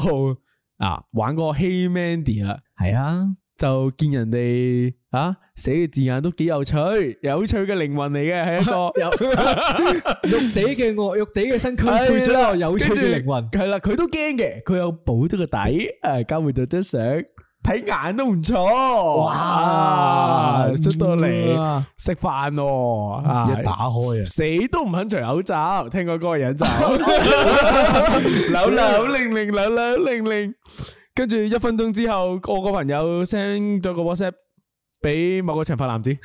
S3: 啊玩個 Hey Mandy 啦。
S2: 係啊。
S3: 就見人哋啊寫嘅字眼都幾有趣，有趣嘅靈魂嚟嘅，係一 個
S2: 肉地嘅我，肉地嘅身軀配咗一個有趣嘅靈魂。
S3: 係啦，佢都驚嘅，佢有補咗個底，诶交換咗張相，睇眼都唔錯，
S2: 哇
S3: 啊出到嚟
S2: 哇
S3: 食飯喎，啊
S2: 開啊！
S3: 死都唔肯除口罩，聽講嗰個人就扭扭零零扭扭零零，跟住一分鐘之後，我個朋友 send 咗個 WhatsApp 俾某個長髮男子。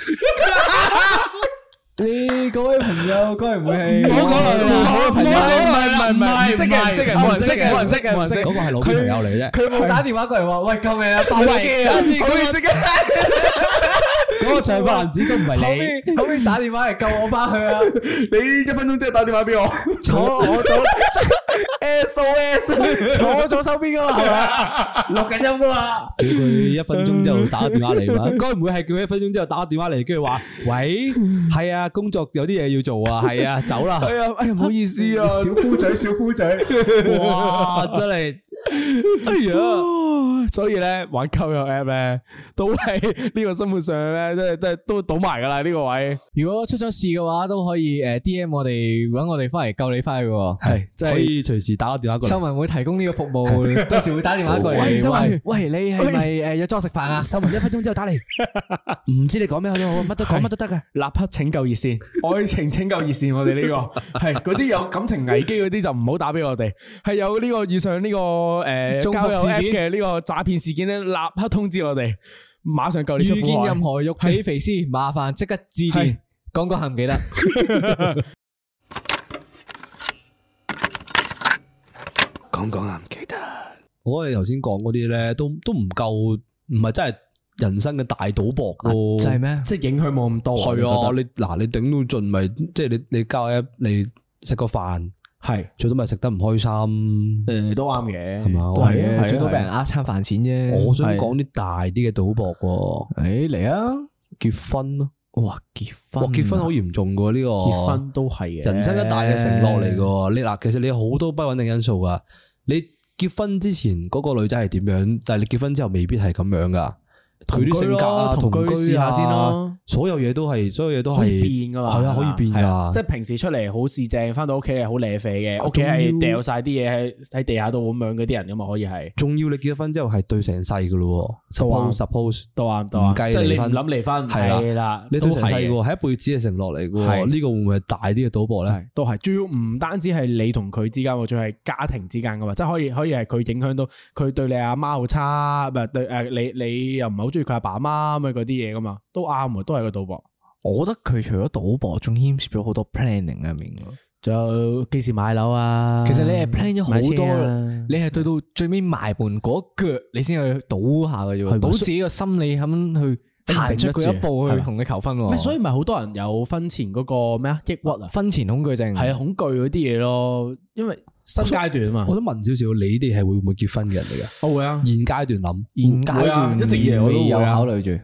S2: 你嗰位朋友該唔會係
S3: 唔好講啦唔好講啦
S2: 嗰位朋友
S3: 唔好講啦
S2: 唔識嘅，唔識嘅，
S3: 唔
S2: 冇
S3: 係
S2: 人識
S3: 唔
S2: 嘅，冇人
S3: 係
S2: 識嘅，冇人識
S1: 嗰個係老朋友嚟嘅啫。
S2: 佢冇打電話過嚟話，喂，救命啊！爆機啊！
S3: 好嘢即刻
S1: 嗰個長髮男子都唔
S2: 後
S1: 係你。
S2: 尾後尾打電話嚟救我翻去啊！
S3: 你一分鐘之後打電話俾我，
S2: 坐我坐
S3: SOS，
S2: 坐咗手邊噶嘛，係咪？錄緊音噶嘛。
S1: 叫佢一分鐘之後打電話嚟嘛？該唔會係叫佢一分鐘之後打電話嚟，跟住話：喂，係啊，工作有啲嘢要做啊，係啊，走啦。
S3: 哎呀，哎呀，唔好意思啊，
S2: 小姑仔，小姑仔，
S1: 哇，真係
S3: 哎呀，所以咧玩交友 app 咧，都係呢個生活上咧，即係即係都倒埋噶啦呢個位，
S2: 如果出咗事嘅話，都可以誒 D M 我哋，揾我哋翻嚟救你翻去嘅喎。
S1: 係
S2: 真係
S1: 可以隨時打個電話過
S2: 秀
S1: 嚟。
S2: 文會提供呢個服 務，到時啊會打電話過嚟。
S3: 喂秀文
S2: 喂，你係咪誒約咗我食飯啊？
S1: 秀文一分鐘之後打嚟，唔知你講咩好都好，乜都講乜都得噶。
S3: 立刻拯救熱線，愛情拯救熱線，我哋呢個係嗰啲有感情危機嗰啲就唔好打俾我哋，係有呢個遇上呢個誒
S2: 中伏
S3: 交友
S2: 事
S3: app 嘅
S2: 件
S3: 呢個詐騙事件咧，立刻通知我哋，馬上救你出
S2: 遇見
S3: 苦海
S2: 任。何肉地肥屍，麻煩即刻致
S3: 係
S2: 啊電。講講下唔記得。
S3: 講講啊，唔記得。
S1: 我哋頭先講嗰啲咧，都都唔夠，唔係真係人生嘅大賭博咯。
S2: 啊就係咩？
S3: 即係影響冇咁多。
S1: 係啊，你嗱你頂到盡咪，即係你你交一你食個飯，
S3: 係
S1: 最多咪食得唔開心。
S3: 誒都啱嘅，
S1: 係嘛
S3: 都
S1: 我
S3: 係啊，
S2: 最
S3: 最
S2: 多
S3: 多
S2: 俾
S3: 俾
S2: 人
S3: 人
S2: 呃餐飯錢啫。
S1: 我想講啲大啲嘅賭博喎，
S3: 誒嚟啊！
S1: 結婚咯，
S3: 哇，結
S1: 哇
S3: 婚啊，
S1: 結婚好嚴重嘅呢個，
S3: 結婚都係嘅，
S1: 哦人生一大嘅承諾嚟嘅喎。你嗱，其實你有好多不穩定因素噶。你結婚之前嗰個女仔係點樣，但係你結婚之後未必係咁樣噶。佢啲性格啊，
S3: 同居
S1: 同
S3: 咯
S1: 居
S3: 同居試下先
S1: 咯
S3: 咯。
S1: 所有嘢都係，所有嘢都係
S3: 可以變噶嘛，
S1: 係啊，可以變
S3: 係啊
S1: 噶。
S3: 即係平時出嚟好市正，翻到屋企係好瀨肥嘅，屋企
S1: 仲要
S3: 係掉晒啲嘢喺喺地下度咁樣嗰啲人噶嘛，可以係
S1: 仲要你結咗婚之後係對成世噶咯喎。
S3: 都啱
S1: Suppose suppose，
S3: 都啱都
S1: 唔計
S3: 啱，即係你
S1: 離婚
S3: 唔諗離婚
S1: 係啦
S3: 係啦，
S1: 你對成世
S3: 係
S1: 嘅
S3: 嘅
S1: 喎，係一輩子嘅承諾嚟嘅喎。
S3: 係
S1: 呢個會唔會係大啲嘅賭博咧？
S3: 係都係，主要唔單止係你同佢之間喎，仲係家庭之間噶嘛，即係可以可以係佢影響到佢對你阿媽好差，唔係對誒你你又唔係好中意佢阿爸阿媽咁樣嗰啲嘢噶嘛，都啱喎，都係個賭博。
S2: 我覺得佢除咗賭博，仲牽涉咗好多 planning 啊喺入面嘅。
S3: 仲有幾時買樓啊？
S2: 其實你係 plan 咗好
S3: 買
S2: 多
S3: 車啊，
S2: 你係對到最尾埋門嗰一腳，你先去賭下嘅啫喎，
S3: 係喎
S2: 賭自己個心理咁去行出佢一步去同你求婚
S3: 咪
S2: 喎。
S3: 所以咪好多人有婚前嗰個咩啊抑鬱啊，
S2: 婚前恐懼症
S3: 係啊恐懼嗰啲嘢咯，因為新階段啊嘛
S1: 我，想問少少，你哋係會唔會結婚嘅人嚟嘅？
S3: 我會啊，
S1: 現階段諗，
S2: 現階
S3: 會啊
S2: 段
S3: 一直以嚟我都
S2: 未有
S3: 會啊
S2: 考慮住。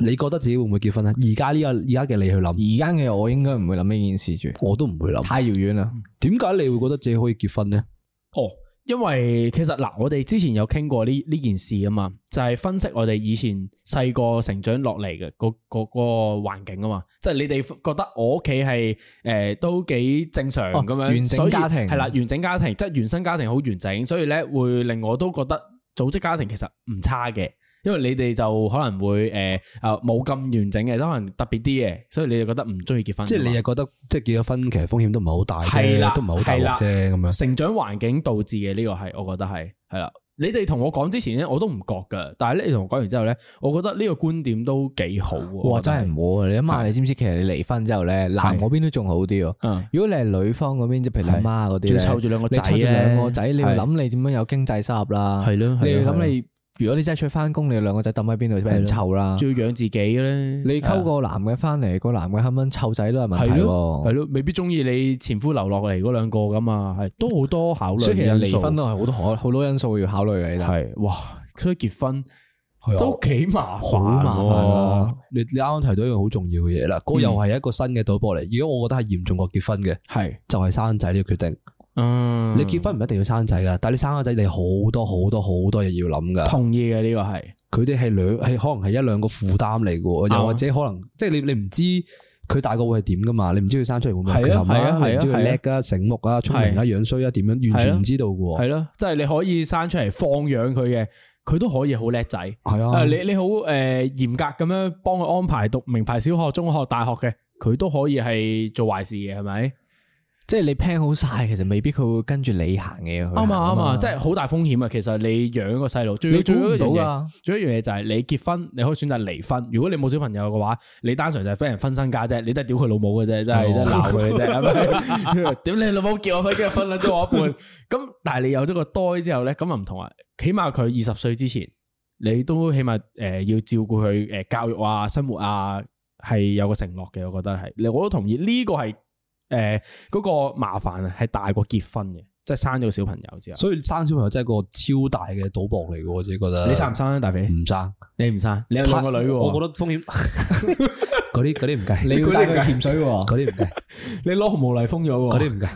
S1: 你覺得自己會唔會結婚咧？而家呢個而家嘅你去諗，
S2: 而家嘅我應該唔會諗呢件事住，
S1: 我都唔會諗。
S2: 太遙遠啦。
S1: 點解你會覺得自己可以結婚咧？
S3: 哦，因為其實嗱，我哋之前有傾過呢呢件事啊嘛，就係、分析我哋以前細個成長落嚟嘅嗰嗰個環境啊嘛，即係你哋覺得我屋企係誒都幾正常
S2: 哦
S3: 咁樣，
S2: 完整
S3: 所以
S2: 家庭
S3: 係啦，完整家庭即係原生家庭好完整，所以咧會令我都覺得組織家庭其實唔差嘅。因為你哋就可能會誒啊冇咁完整嘅，都可能特別啲嘅，所以你哋覺得唔中意結婚。
S1: 即係你又覺得即係結咗婚，其實風險都唔係好大啫，
S3: 係啦
S1: 都唔係好大鑊啫咁樣。
S3: 成長環境導致嘅呢個係，我覺得係係啦。你哋同我講之前咧，我都唔覺噶，但係咧你同我講完之後咧，我覺得呢個觀點都幾好喎。
S2: 哇，
S3: 我覺
S2: 真
S3: 得
S2: 係，唔好啊！你諗下，你知唔知其實你離婚之後咧，男嗰邊都仲好啲喎。
S3: 嗯，
S2: 如果你係女方嗰邊，即係譬如你阿媽嗰啲
S3: 仲
S2: 咧，
S3: 要湊住兩個
S2: 你
S3: 仔
S2: 湊住兩個
S3: 咧
S2: 仔，你要諗你點樣有經濟收入啦。
S3: 係咯，
S2: 你
S3: 係
S2: 要
S3: 咯啊
S2: 諗你，如果你真係出去翻工，你兩個仔抌喺邊度俾人湊啦。
S3: 仲要養自己咧，
S2: 你
S3: 你
S2: 溝個男嘅翻嚟，個男嘅肯唔肯湊仔都啊係問題
S3: 係咯係
S2: 喎。
S3: 咯，未必中意你前夫留落嚟嗰兩個噶嘛，係都好多考慮。
S2: 所以其實離婚
S3: 咯，
S2: 都係好多可好多因素要考慮嘅，其實
S3: 係哇，所以結婚
S1: 係
S3: 都
S1: 啊，
S3: 幾麻煩，
S2: 好麻煩啊。
S1: 你你啱啱提到一樣好重要嘅
S3: 嗯
S1: 嘢啦，嗰個又係一個新嘅賭博嚟。如果我覺得係嚴重過結婚嘅，
S3: 係，
S1: 就係生仔呢個決定。
S3: 嗯
S1: 你結婚唔一定要生仔噶，但係你生咗仔，你好多好多好多嘢要諗噶。
S3: 同意嘅呢個係。
S1: 佢哋係兩係可能係一兩個負擔嚟嘅喎，
S3: 啱
S1: 又
S3: 啊
S1: 或者可能即係你你唔知佢大個會係點噶嘛，你唔知佢生出嚟會唔會
S3: 係啊
S1: 係
S3: 係啊
S1: 啊，
S3: 係
S1: 你
S3: 啊
S1: 唔知佢叻啊、醒目啊、聰明啊、樣衰啊點樣，完全唔知道嘅喎。
S3: 系咯，即系你可以生出嚟放養佢嘅，佢都可以好叻仔。誒、
S1: 係啊，
S3: 你你好誒嚴格咁樣幫佢安排讀名牌小學、中學、大學嘅，佢都可以係做壞事嘅，係咪？
S2: 即係你 plan 好晒，其實未必佢會跟住你行嘅。啱
S3: 啱啊啱啊，即係好大風險啊！其實你養一個細路，最
S2: 你
S3: 最
S2: 估
S3: 緊
S2: 唔
S3: 一樣
S2: 到啊
S3: 嘢，
S2: 噶。
S3: 最緊一樣嘢就係你結婚，你可以選擇離婚。如果你冇小朋友嘅話，你單純就係俾人分身家啫，你都係屌佢老母嘅 啫，真係
S1: 哦
S3: 真係鬧佢嘅啫，係咪？屌你老母結我婚，跟住分撚咗我一半。咁但係你有咗個胎之後咧，咁又唔同啊。起碼佢二十歲之前，你都起碼誒、呃要照顧佢誒教育啊、生活啊，係有個承諾嘅。我覺得係，你我都同意呢、個係誒嗰個麻煩啊，係大過結婚嘅，即係生咗個小朋友之後。
S1: 所以生小朋友真係個超大嘅賭博嚟嘅喎，我自己覺得。
S3: 你生唔生啊，大肥？
S1: 唔生？
S3: 你唔生，你有兩個女喎。
S1: 我覺得風險 嗰啲嗰啲唔計，
S2: 你要帶佢潛水喎。
S1: 嗰啲唔計，
S3: 你攞毫無嚟封咗
S1: 嗰
S3: 喎。
S1: 啲唔計。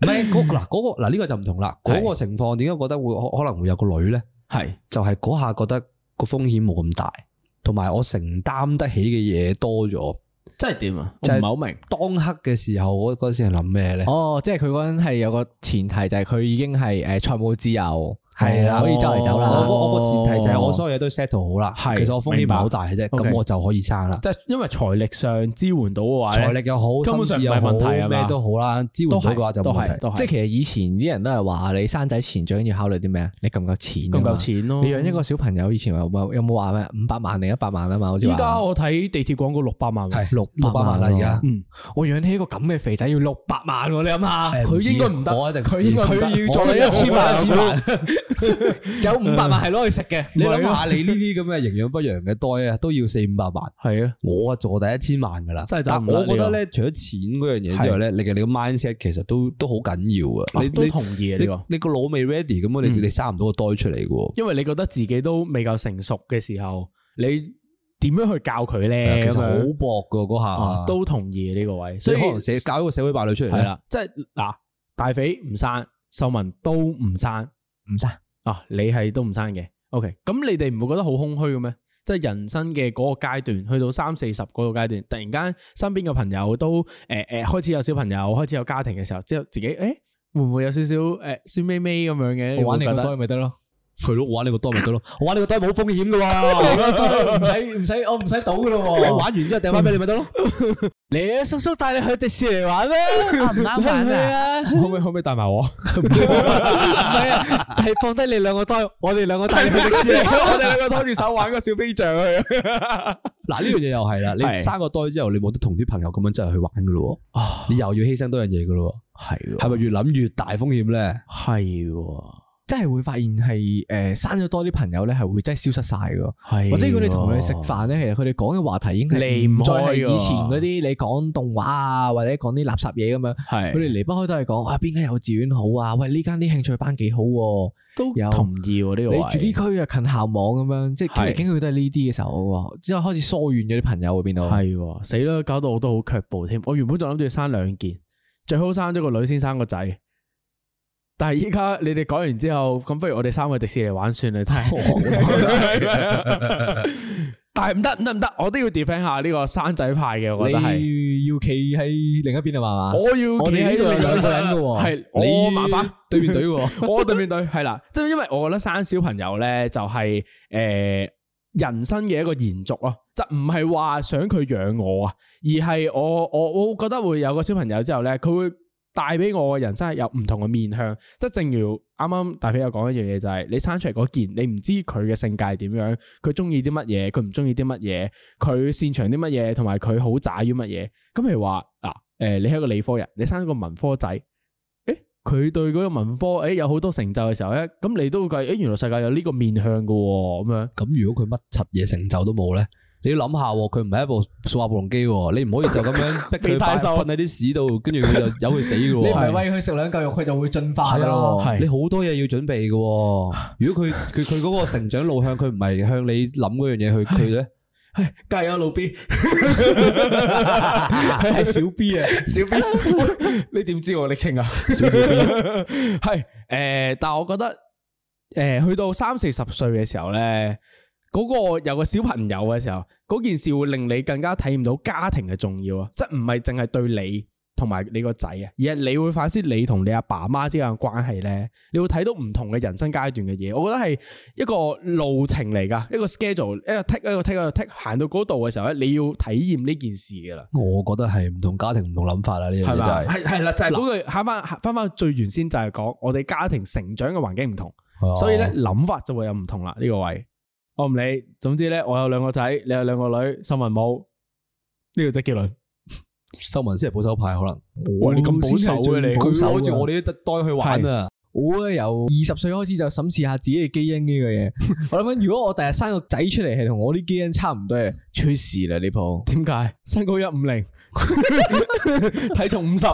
S1: 唔係嗰嗱嗰個嗱呢個就唔同啦。嗰個情況點解覺得會可可能會有個女咧？
S3: 係
S1: 就係嗰下覺得個風險冇咁大，同埋我承擔得起嘅嘢多咗。
S3: 真係點啊？
S1: 就係
S3: 我唔係好明。
S1: 當刻嘅時候，我
S2: 哦
S1: 嗰陣時係諗咩咧？
S2: 哦，即係佢嗰陣係有個前提，就係佢已經係誒財務自由，
S3: 係啦
S2: 可以周圍走
S1: 我
S2: 啦。
S1: 個我個前提就係
S3: 哦
S1: 我所有嘢都 settle 好啦，
S3: 係
S1: 其實我風險唔係好大嘅啫，
S3: 白
S1: 咁
S3: OK
S1: 我就可以生啦。
S3: 即係因為財力上支援到嘅話
S1: 財
S3: 咧，
S1: 力又好，
S3: 根本
S1: 心
S3: 上
S1: 智又好
S3: 唔係問題係嘛
S1: 咩都好啦，支援到
S3: 都
S1: 嘅
S3: 係
S1: 話就
S3: 都
S1: 冇問
S3: 係
S1: 題。
S3: 都係，即
S2: 即係
S3: 係
S2: 其實以前啲人都係話你生仔前最緊要考慮啲咩啊？你夠唔夠錢？
S3: 夠唔夠？錢咯。
S2: 你養一個小朋友以前有冇有冇話咩五百萬定一百萬啊嘛？好似
S3: 依
S2: 話
S3: 家我睇地鐵廣告六百萬喎，
S1: 係
S2: 六啊
S1: 六百萬啦，
S2: 喎
S1: 而家
S3: 嗯，
S2: 我養起一個咁嘅肥仔要六百萬喎，你諗下
S1: 誒唔
S3: 佢
S1: 止
S3: 應該唔得
S1: 我一定
S3: 佢應該
S1: 唔
S3: 佢
S1: 得
S3: 要
S1: 我
S3: 做
S1: 覺
S3: 你
S1: 得
S3: 一千
S1: 我
S3: 萬，
S1: 覺得
S3: 一千萬
S2: 有五百萬係攞去食嘅，
S1: 你諗下，你呢啲咁嘅營養不良嘅袋啊，都要四五百萬。
S3: 係啊，
S1: 我啊做第一千萬噶啦，
S3: 真係
S1: 但
S3: 賺唔啊甩
S1: 我覺得
S3: 呢個
S1: 咧，除咗錢嗰樣嘢之外咧，你嘅你個 mindset 其實都都好緊要啊。
S3: 你
S1: 你
S3: 都
S1: 你
S3: 同意啊呢個嗯
S1: 你。你個腦未 ready 咁，你你生唔到個袋出嚟嘅喎。
S3: 因為你覺得自己都未夠成熟嘅時候，你點樣去教佢
S1: 係啊
S3: 咧？
S1: 其實
S3: 咁樣
S1: 好薄噶嗰
S3: 啊
S1: 下，
S3: 都同意呢個位，
S1: 所
S3: 所
S1: 以
S3: 以
S1: 可能社搞一個社會敗類出嚟
S3: 係
S1: 咧。
S3: 啦，即係嗱，大肥唔生，秀文都唔生
S2: 唔生
S3: 啊，你係都唔生嘅。OK，咁你哋唔會覺得好空虛嘅咩？即係人生嘅嗰個階段，去到三四十嗰個階段，突然間身邊嘅朋友都誒誒、呃呃、開始有小朋友，開始有家庭嘅時候，之後自己誒、欸、會唔會有少少誒酸咪咪咁樣嘅？
S2: 我玩你
S3: 你會覺
S2: 個
S3: 得
S2: 袋咪得咯，
S1: 係咯，我玩你個袋咪 得咯，我玩你個袋冇風險噶喎。
S2: 唔使唔使我唔使賭噶咯
S1: 你玩完之後掟翻俾你咪得 咯。
S2: 你
S3: 啊
S2: 叔叔帶你去迪士尼玩咩？唔啱玩啊！
S3: 可唔可以 可唔可以帶埋我？
S2: 唔係啊，係放低你兩個袋，我哋兩個帶你去迪士尼。
S3: 我哋兩個拖住手玩個小飛象去。
S1: 嗱呢樣嘢又係啦，你
S3: 係
S1: 生個袋之後，你冇得同啲朋友咁樣真係去玩噶咯
S3: 啊
S1: 喎，你又要犧牲多樣嘢噶咯
S3: 係
S1: 喎，係咪越諗越大風險咧？
S3: 係
S2: 真係會發現係誒生咗多啲朋友咧，係會真係消失晒
S3: 哎
S2: 噶。
S3: 係
S2: 或者如果你同佢哋食飯咧，其實佢哋講嘅話題已經係
S3: 離唔
S2: 再係
S3: 開㗎
S2: 以前嗰啲你講動畫啊，或者講啲垃圾嘢咁樣，
S3: 係
S2: 佢哋離不開都係講啊邊間幼稚園好啊，喂呢間啲興趣班幾好喎、
S3: 都
S2: 有
S3: 同意喎呢個位
S2: 你住呢區啊近校網咁樣，即係傾嚟
S3: 係
S2: 傾去都係呢啲嘅時候喎，之後開始疏遠咗啲朋友會變到。
S3: 係喎死啦，搞到我都好卻步添。我原本仲諗住生兩件，最好生咗個女先生個仔。但係依家你哋講完之後，咁不如我哋三個迪士尼玩算啦，真 係。但係唔得唔得唔得，我都要 defend 下呢個生仔派嘅，我覺得係。
S2: 你要企喺另一邊啊嘛嘛，
S3: 我要企喺度
S2: 我哋呢度有兩個人㗎喎
S3: 係我麻煩。
S1: 對面隊喎，
S3: 我對面對係啦，即係因為我覺得生小朋友咧就係、诶人生嘅一個延續咯，就唔係話想佢養我啊，而係我我我覺得會有個小朋友之後咧，佢會帶俾我嘅人生係有唔同嘅面向，即係正如啱啱大飛有講一樣嘢就係、你生出嚟嗰件，你唔知佢嘅性格係點樣，佢中意啲乜嘢，佢唔中意啲乜嘢，佢擅長啲乜嘢，同埋佢好渣於乜嘢。咁譬如話嗱，诶、你係一個理科人，你生一個文科仔。誒佢對嗰個文科誒、有好多成就嘅時候咧，咁你都會計誒、原來世界有呢個面向嘅喎，咁樣
S1: 咁如果佢乜柒嘢成就都冇咧？你要諗下喎，佢唔係一部數碼暴龍機喎，你唔可以就咁樣逼 佢
S3: 變態
S1: 擺
S3: 獸
S1: 瞓喺啲屎度，跟住佢就由佢死嘅
S2: 你唔係
S1: 喎。
S2: 喂佢食兩嚿肉，佢就會進化
S1: 係
S2: 㗎咯喎。
S1: 啊，
S3: 係
S1: 你好多嘢要準備嘅喎。如果佢佢佢嗰個成長路向，佢唔係向你諗嗰樣嘢去佢咧，
S3: 加油老 B，佢 係小 B 啊，小 B，你點知我昵稱啊？小 B 係誒、但係我覺得誒、去到三四十歲嘅時候咧，嗰、個有個小朋友嘅時候，嗰件事會令你更加體驗到家庭嘅重要啊！即係唔係淨係對你。同埋你個仔啊，而係你會反思你同你阿爸媽之間嘅關係咧，你會睇到唔同嘅人生階段嘅嘢。我覺得係一個路程嚟噶，一個 schedule，一個 tick 一個 tick 一個 tick，行到嗰度嘅時候咧，你要體驗呢件事噶啦，
S1: 我覺得係唔同家庭唔同諗法啦。呢樣
S3: 係
S1: 嘢就
S3: 嘛？
S1: 係
S3: 係係啦，就係嗰句，翻翻翻翻最原先就係講我哋家庭成長嘅環境唔同，
S1: 哦
S3: 所以咧諗法就會有唔同啦。呢個位我唔理，總之咧我有兩個仔，你有兩個女，秀文冇，呢個即係結論。
S1: 收文先係保守派可能。
S3: 哇你咁保守嘅你
S2: 保
S1: 佢
S2: 守
S1: 攞
S2: 住
S1: 住
S2: 我
S1: 我
S2: 哋。
S1: 哋啲袋去玩啊！
S2: 我咧由二十歲開始就審視下自己嘅基因 呢個嘢。我諗緊，如果我第日生個仔出嚟係同我啲基因差唔多嘅，出事啦呢鋪。
S3: 點解身高一五 零，體重 五十，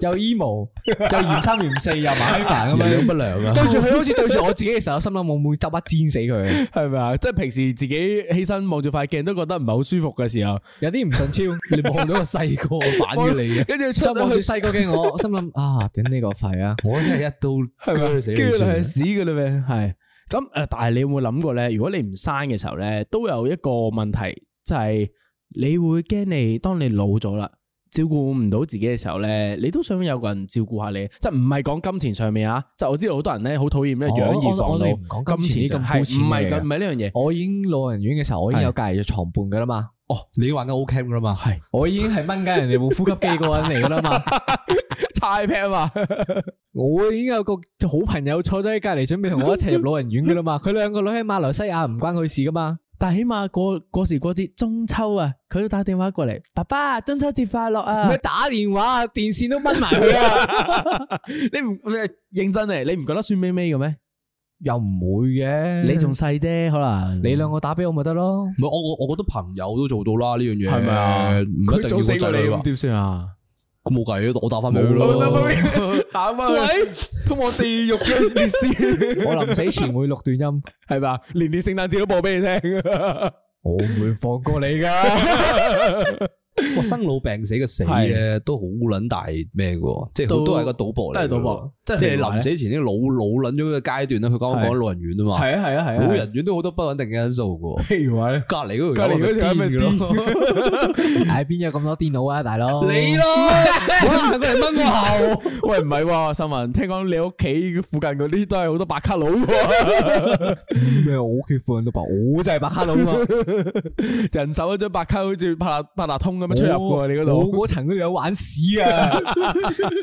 S2: 又 emo，又嫌三嫌四，又 麻煩咁
S1: 營養
S2: 樣。
S1: 不良啊！
S2: 對住佢好似對住我自己嘅時候，心諗我會唔會執筆煎死佢？
S3: 係咪啊？即係平時自己起身望住塊鏡都覺得唔係好舒服嘅時候，
S2: 有啲唔順 超，你望到個細個反
S1: 反於你嘅，
S3: 跟住
S2: 再
S3: 出
S2: 望
S3: 到
S2: 住
S3: 去
S2: 細個嘅我，心諗啊，頂你個肺啊！
S1: 我真係一刀鋸死
S3: 跟
S1: 你
S3: 住就
S1: 算
S3: 係。屎噶啦咩？係咁诶，誒但係你有冇諗過咧？如果你唔生嘅時候咧，都有一個問題，就係你會驚你當你老咗啦，照顧唔到自己嘅時候咧，你都想有個人照顧下你，即係唔係講金錢上面啊？即係我知道好多人咧好討厭咧
S2: 哦
S3: 養兒
S2: 我
S3: 防
S2: 我哋唔
S3: 老，
S2: 講金錢呢咁膚淺
S3: 唔
S2: 嘅
S3: 係
S2: 嘢
S3: 咁唔係呢樣嘢。
S2: 我已經老人院嘅時候，我已經有隔離嘅床伴噶啦嘛，
S1: 哦，你玩緊 O K 噶啦嘛？
S3: 係
S2: 我已經係掹緊人哋部呼吸機嗰個人嚟噶啦嘛，
S3: 差 p 啊嘛，
S2: 我已經有個好朋友坐咗喺隔離，準備同我一齊入老人院噶 啦嘛，佢兩個女喺馬來西亞唔關佢事噶嘛，
S3: 但係起碼過過時過節中秋啊，佢都打電話過嚟，爸爸中秋節快樂啊！
S2: 佢打電話電線都掹埋佢啊，
S3: 你唔認真嚟，你唔覺得酸微微嘅咩？
S2: 又唔會嘅，
S3: 你仲細啫，可能
S2: 你兩個打俾我咪得咯。
S1: 唔係我我我覺得朋友都做到啦呢樣嘢，
S3: 係咪啊？
S1: 唔一定要個仔女㗎
S3: 點算啊？
S1: 咁冇計啊，我打翻俾佢
S3: 喂喂
S1: 咯。
S3: 喂喂 打翻佢，通往地獄嘅烈士，
S2: 我臨死前會錄段音，
S3: 係嘛？連連聖誕節都播俾你聽。
S2: 我唔會放過 你噶。
S1: 哇，生老病死嘅死咧，都好撚大咩嘅喎，即係
S3: 都
S1: 好多係個賭博嚟嘅喎，
S3: 都係賭博
S1: 即
S3: 即係
S1: 係你
S3: 譬如話
S1: 臨
S3: 咧
S1: 死前啲老老撚咗嘅階段咧，佢講
S3: 係
S1: 講老人院啊嘛，
S3: 係啊係啊 係啊，
S1: 老人院都好多不穩定嘅因素嘅喎。
S3: 譬如話咧，
S1: 隔離嗰
S3: 隔
S1: 條
S3: 離
S1: 友係
S3: 嗰條係
S1: 咪
S3: 咪
S1: 癲嘅咯？
S2: 唉，邊有咁多電腦啊，大佬？
S1: 你咯，我嚟掹我喉。
S3: 喂，唔係喎，秀文，聽講你屋企附近嗰啲都係好多白卡 佬
S1: 啊
S3: 喎，
S2: 咩？我屋企附近都白，我就係白卡佬啊嘛。
S3: 人手一張白卡，好似八達八達通咁樣出入嘅喎，你嗰
S1: 哦
S2: 我
S3: 度。
S2: 嗰層都有玩屎啊！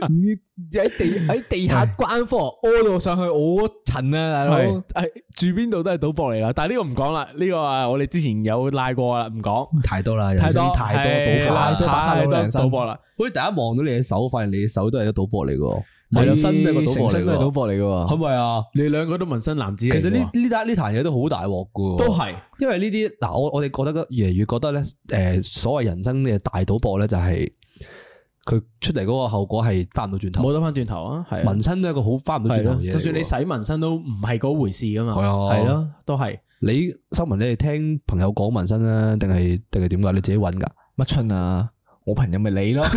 S2: 你喺地喺地下關科屙到上去我嗰層啊，大佬。
S3: 係係住邊度都係賭博嚟噶，但係呢個唔講啦，呢個啊我哋之前有拉過啦，唔講。
S1: 太多啦，
S3: 太
S1: 人
S3: 多
S1: 生太多賭博
S3: 係
S1: 啦
S2: 太。多白卡佬啦
S3: 太
S2: 人
S3: 多
S2: 生
S3: 賭博啦。
S1: 好似大家望到你嘅手，發現你嘅手都係一個賭博嚟嘅喎，
S2: 係咯
S1: 紋身都係個賭
S2: 成
S1: 博
S2: 身都係賭
S1: 嚟嘅
S2: 博嚟
S1: 喎，
S2: 噶
S1: 係。咪啊？
S3: 你兩個都紋身男子嚟
S1: 其
S3: 嘅喎，
S1: 實呢呢單呢壇嘢都好大鑊㗎喎，
S3: 都係
S1: 因為呢啲嗱，我我哋覺得越嚟越覺得咧，誒、所謂人生嘅大賭博咧，就係佢出嚟嗰個後果係翻唔到轉頭
S3: 冇。得翻轉頭啊，係啊
S1: 紋身都係一個好翻唔到
S3: 係
S1: 轉頭
S3: 咯
S1: 嘅嘢嚟喎。
S3: 就算你洗紋身都唔係嗰回事噶嘛，
S1: 係啊
S3: 係咯，都係
S1: 你收文，你係聽朋友講紋身啊，定係定係點㗎？你自己揾㗎？
S2: 乜春啊？我朋友咪你咯。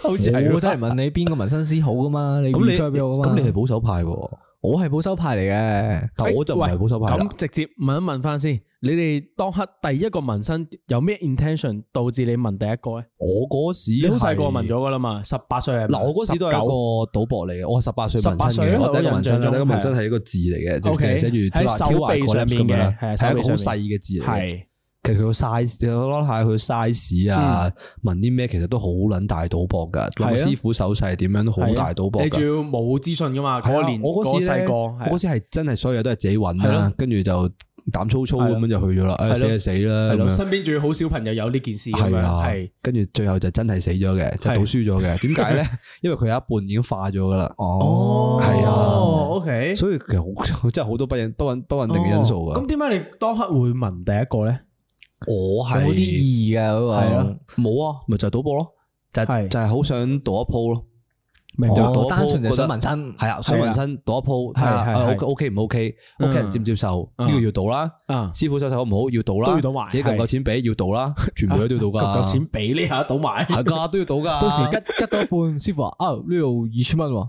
S3: 好
S2: 我真係問你邊個紋身師好噶嘛？你
S1: 咁你
S2: refer 俾我噶嘛？
S1: 咁你係保守派喎，
S2: 我係保守派嚟嘅。
S1: 但我就唔係保守派啦
S3: 咁。直接問一問翻先，你哋當刻第一個紋身有咩 intention 導致你紋第一個咧？
S1: 我嗰時
S3: 你好細個
S1: 係
S3: 紋咗噶啦嘛，十八歲係咪
S1: 嗱，我嗰時都係一
S3: 19
S1: 個賭博嚟嘅，我係十八歲紋
S3: 18
S1: 身
S3: 歲
S1: 嘅，
S3: 啊
S1: 我第一個
S3: 我
S1: 紋身，
S3: 印象
S1: 第一
S3: 中
S1: 個紋身係一個字嚟嘅，即係
S3: OK，
S1: 寫住啊
S3: 喺手臂上面嘅
S1: 係
S3: 係手
S1: 一
S3: 臂
S1: 個好
S3: 上
S1: 細嘅字嚟嘅。
S3: 係
S1: 其實佢個 size，我諗下佢 size 啊，問啲咩其實都好撚大賭博噶，
S3: 嗯啊
S1: 諗師傅手勢點樣都好大賭博
S3: 你仲
S1: 㗎。
S3: 要冇資訊噶嘛？
S1: 係
S3: 嗰
S1: 啊
S3: 年
S1: 我嗰
S3: 嗰
S1: 時
S3: 細
S1: 咧，
S3: 個
S1: 我
S3: 係啊
S1: 嗰時係真係所有嘢都係自己揾
S3: 係
S1: 啦
S3: 咯，
S1: 跟住就膽粗粗咁樣就去咗啦，唉
S3: 係咯
S1: 死就死
S3: 係
S1: 啦咁
S3: 咯，
S1: 樣。
S3: 身邊仲要好少朋友有呢件事咁
S1: 係
S3: 樣，
S1: 啊
S3: 係，
S1: 跟住最後就真係死咗嘅，就
S3: 係
S1: 賭輸咗 嘅。點解咧？因為佢有一半已經化咗噶啦。
S2: 哦
S1: 係啊
S3: ，OK，
S1: 所以其實好 真係好多不穩不穩不穩定嘅因素啊。
S3: 哦咁點解你當刻會問第一個咧？
S1: 我
S2: 有冇啲
S1: 係
S2: 意義㗎嗰個？
S3: 係啊
S1: 冇啊，咪就係賭博咯，就係
S3: 係
S1: 就係好想賭一鋪咯。
S3: 明
S1: 白賭
S2: 哦
S1: 一鋪
S2: 單純就想
S1: 覺得
S2: 紋身，
S1: 係啊，想紋身賭一鋪，睇下
S3: 係係
S1: 啊
S3: 係
S1: O O K 唔 O K，屋企人接唔接受呢
S3: 嗯
S1: 個要賭啦，
S3: 啊，
S1: 師傅手勢好唔好要賭啦，
S3: 都要賭埋
S1: 自己夠唔夠
S3: 係
S1: 錢俾要賭 啦，全部都要賭
S3: 夠
S1: 噶，
S3: 夠錢俾呢下賭埋，
S1: 係噶都要賭噶。
S2: 到時吉吉到一半，師傅話啊呢度二千蚊喎，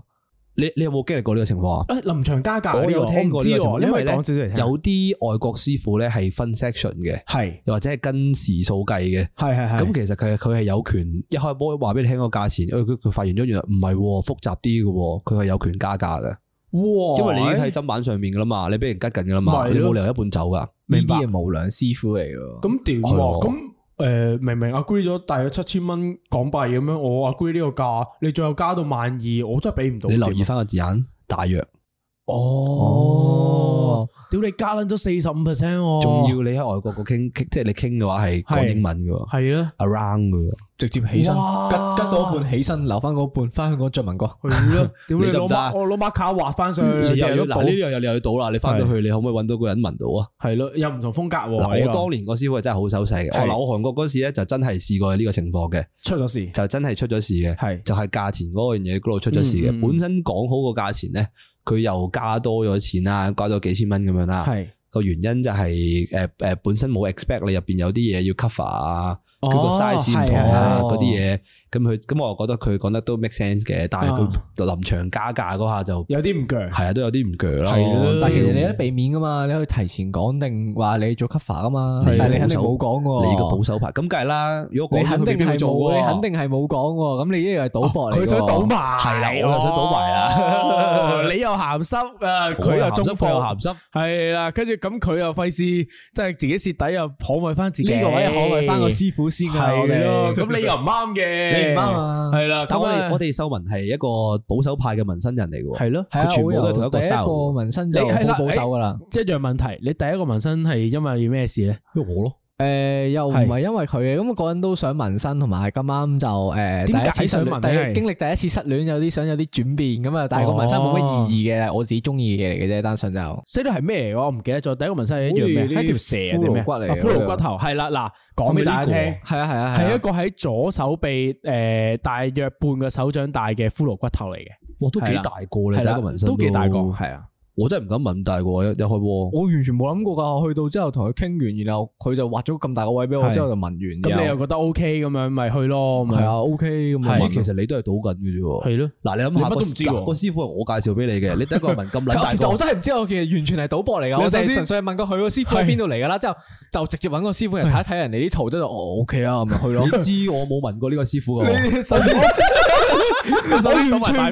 S1: 你你有冇經歷過呢個情況啊？
S3: 誒臨場加價呢個，
S1: 我有聽過呢個情
S3: 我
S1: 況，
S3: 唔知喎
S1: 因為
S3: 你
S1: 咧
S3: 可以講少少嚟聽
S1: 有啲外國師傅咧係分 section 嘅，
S3: 係
S1: 又或者係跟時數計嘅。
S3: 係係係
S1: 咁其實佢佢係有權一開波話俾你聽個價錢，誒佢佢發現咗原來唔係喎複雜啲嘅喎，佢係有權加價嘅，
S3: 哇
S1: 因為你已經喺砧板上面噶啦嘛，你俾人吉緊噶啦嘛，
S3: 咪
S1: 你
S3: 咯
S1: 冇理由一半走噶。
S2: 呢
S3: 明白
S2: 啲係無良師傅嚟㗎。
S3: 咁點
S1: 係
S3: 喎？
S1: 喎
S3: 咁誒明明 agree 咗大約七千蚊港幣咁樣，我 agree 呢個價，你最後加到萬二，我真係俾唔到。啊
S1: 你留意翻個字眼，大約，
S3: 哦，屌你加撚咗四十五 percent 喎，
S1: 仲要你喺外國個傾，傾即係你傾嘅話係講
S3: 係
S1: 英文嘅喎
S3: 係啦。
S1: ，around 嘅喎，
S2: 直接起身，吉吉
S3: 哇嗯
S2: 到一半起身，留翻嗰半，翻香港再紋過。
S3: 係 咯，屌你
S1: 你得唔
S3: 攞
S1: 得
S3: 馬
S1: 啊
S3: 我攞馬卡畫翻上去，
S1: 你又要
S3: 掟
S1: 嗱呢樣又要賭啦，你翻到去你可唔可以揾到個人聞到啊？
S3: 係咯，有唔同風格喎。
S1: 嗱，我
S3: 呢個
S1: 當年個師傅係真係好手勢嘅，
S3: 係
S1: 我嗱我韓國嗰時咧就真係試過呢個情況嘅，
S3: 出咗事，
S1: 就真係出咗事嘅。
S3: 係
S1: 就係價錢嗰樣嘢嗰度出咗事嘅。
S3: 嗯嗯
S1: 本身講好個價錢咧，佢又加多咗錢啦，加咗幾千蚊咁樣啦。
S3: 係
S1: 個原因就係誒誒，本身冇 expect 你入邊有啲嘢要 cover 啊，
S3: 哦
S1: 佢個 size 唔同啊
S3: 係係係
S1: 嗰啲嘢，咁佢咁我又覺得佢講得都 make sense 嘅，但係佢
S3: 啊
S1: 臨場加價嗰下就
S3: 有啲唔鋸。
S1: 係啊都有啲唔鋸啦。
S3: 係咯
S2: 但
S1: 但
S2: 其
S1: 係
S2: 實你都避免噶嘛，你可以提前講定話你做 cover 噶嘛，
S1: 你
S2: 但係你
S1: 保
S2: 肯定
S1: 守
S2: 冇講喎，
S1: 你個保守牌，咁梗係啦。如果
S2: 你
S1: 講咗
S2: 肯
S1: 佢未
S2: 定
S1: 必會
S2: 係
S1: 做
S2: 冇，
S1: 喎，
S2: 你肯定係冇講喎，咁你呢個係賭博嚟喎，
S3: 啊佢想賭埋，
S1: 係啦我又想賭埋啊
S3: 哦你又鹹濕啊，佢又中
S1: 佢又
S3: 貨，
S1: 鹹濕。
S3: 係啦，跟住咁佢又費事，即係自己蝕底又捍衞翻自己，
S2: 呢個位可謂翻個師傅先㗎，我
S3: 係咯，
S2: 哋
S3: 咁你又唔啱嘅，
S2: 你唔啱啊
S3: 係啦，
S1: 但
S3: 咁
S1: 我
S3: 啊
S1: 哋我哋秀文係一個保守派嘅紋身人嚟嘅喎，
S3: 係咯，
S2: 係啊，
S1: 佢全部都係
S2: 我由
S1: 同一個
S2: 第一
S1: style
S2: 個
S1: 喎
S2: 紋身
S3: 你
S2: 就
S3: 係啦
S2: 好保守噶啦。
S3: 一樣問題，你第一個紋身係因為咩事咧？
S1: 因為我咯，
S2: 誒呃又唔
S3: 係
S2: 係因為佢嘅，咁嗰人都想紋身，同埋咁啱就
S3: 點
S2: 誒第
S3: 解
S2: 一次失
S3: 想
S2: 戀
S3: 紋咧係
S2: 第經歷第一次失戀，有啲想有啲轉變咁啊，但係個紋身冇乜意義嘅，我自己中意嘅嚟嘅啫，單純就
S3: 所以呢係咩嚟㗎？我唔記得咗。第一個紋身係一樣咩？
S2: 好似啲
S3: 係一條蛇定咩？
S2: 骷髏骨嚟
S3: 啊
S2: 㗎
S3: 骷髏骨頭係啦，嗱，講俾大家
S1: 係咪
S3: 聽
S1: 呢，
S2: 係啊係啊
S3: 係一個喺左手臂誒大約半個手掌大嘅骷髏骨頭嚟嘅。
S1: 哇都幾
S3: 係啦
S1: 大個你
S3: 係
S1: 第
S3: 啦
S1: 一個紋身
S3: 都幾大個
S2: 係啊，
S1: 我真係唔敢問咁大個，一一開波。
S2: 我完全冇諗過㗎，我去到之後同佢傾完，然後佢就畫咗咁大個位俾我，
S3: 係
S2: 之後就紋完，
S3: 咁你又
S2: 然後
S3: 覺得 OK 咁樣，咪去咯。咁樣
S2: 係啊 OK 咁
S1: 咦
S2: 啊，
S1: 其實你都係賭緊嘅啫喎。
S3: 係咯。
S1: 嗱，你
S3: 你
S1: 諗
S3: 乜
S1: 下
S3: 都
S1: 個
S3: 唔知喎
S1: 個師傅係我介紹俾你嘅，你第一個問咁撚大
S2: 其實我
S1: 個，
S2: 真係唔知，我其實完全係賭博嚟㗎。
S3: 你
S2: 我
S3: 首先
S2: 就係純粹係問過佢個師傅喺邊度嚟㗎啦，之後就直接揾個師傅嚟睇一睇人哋啲圖，之後就哦 OK 啊，咁咪去咯。
S1: 你知我冇問過呢個師傅嘅。
S2: 你首先
S3: 首先倒埋大
S2: 我完全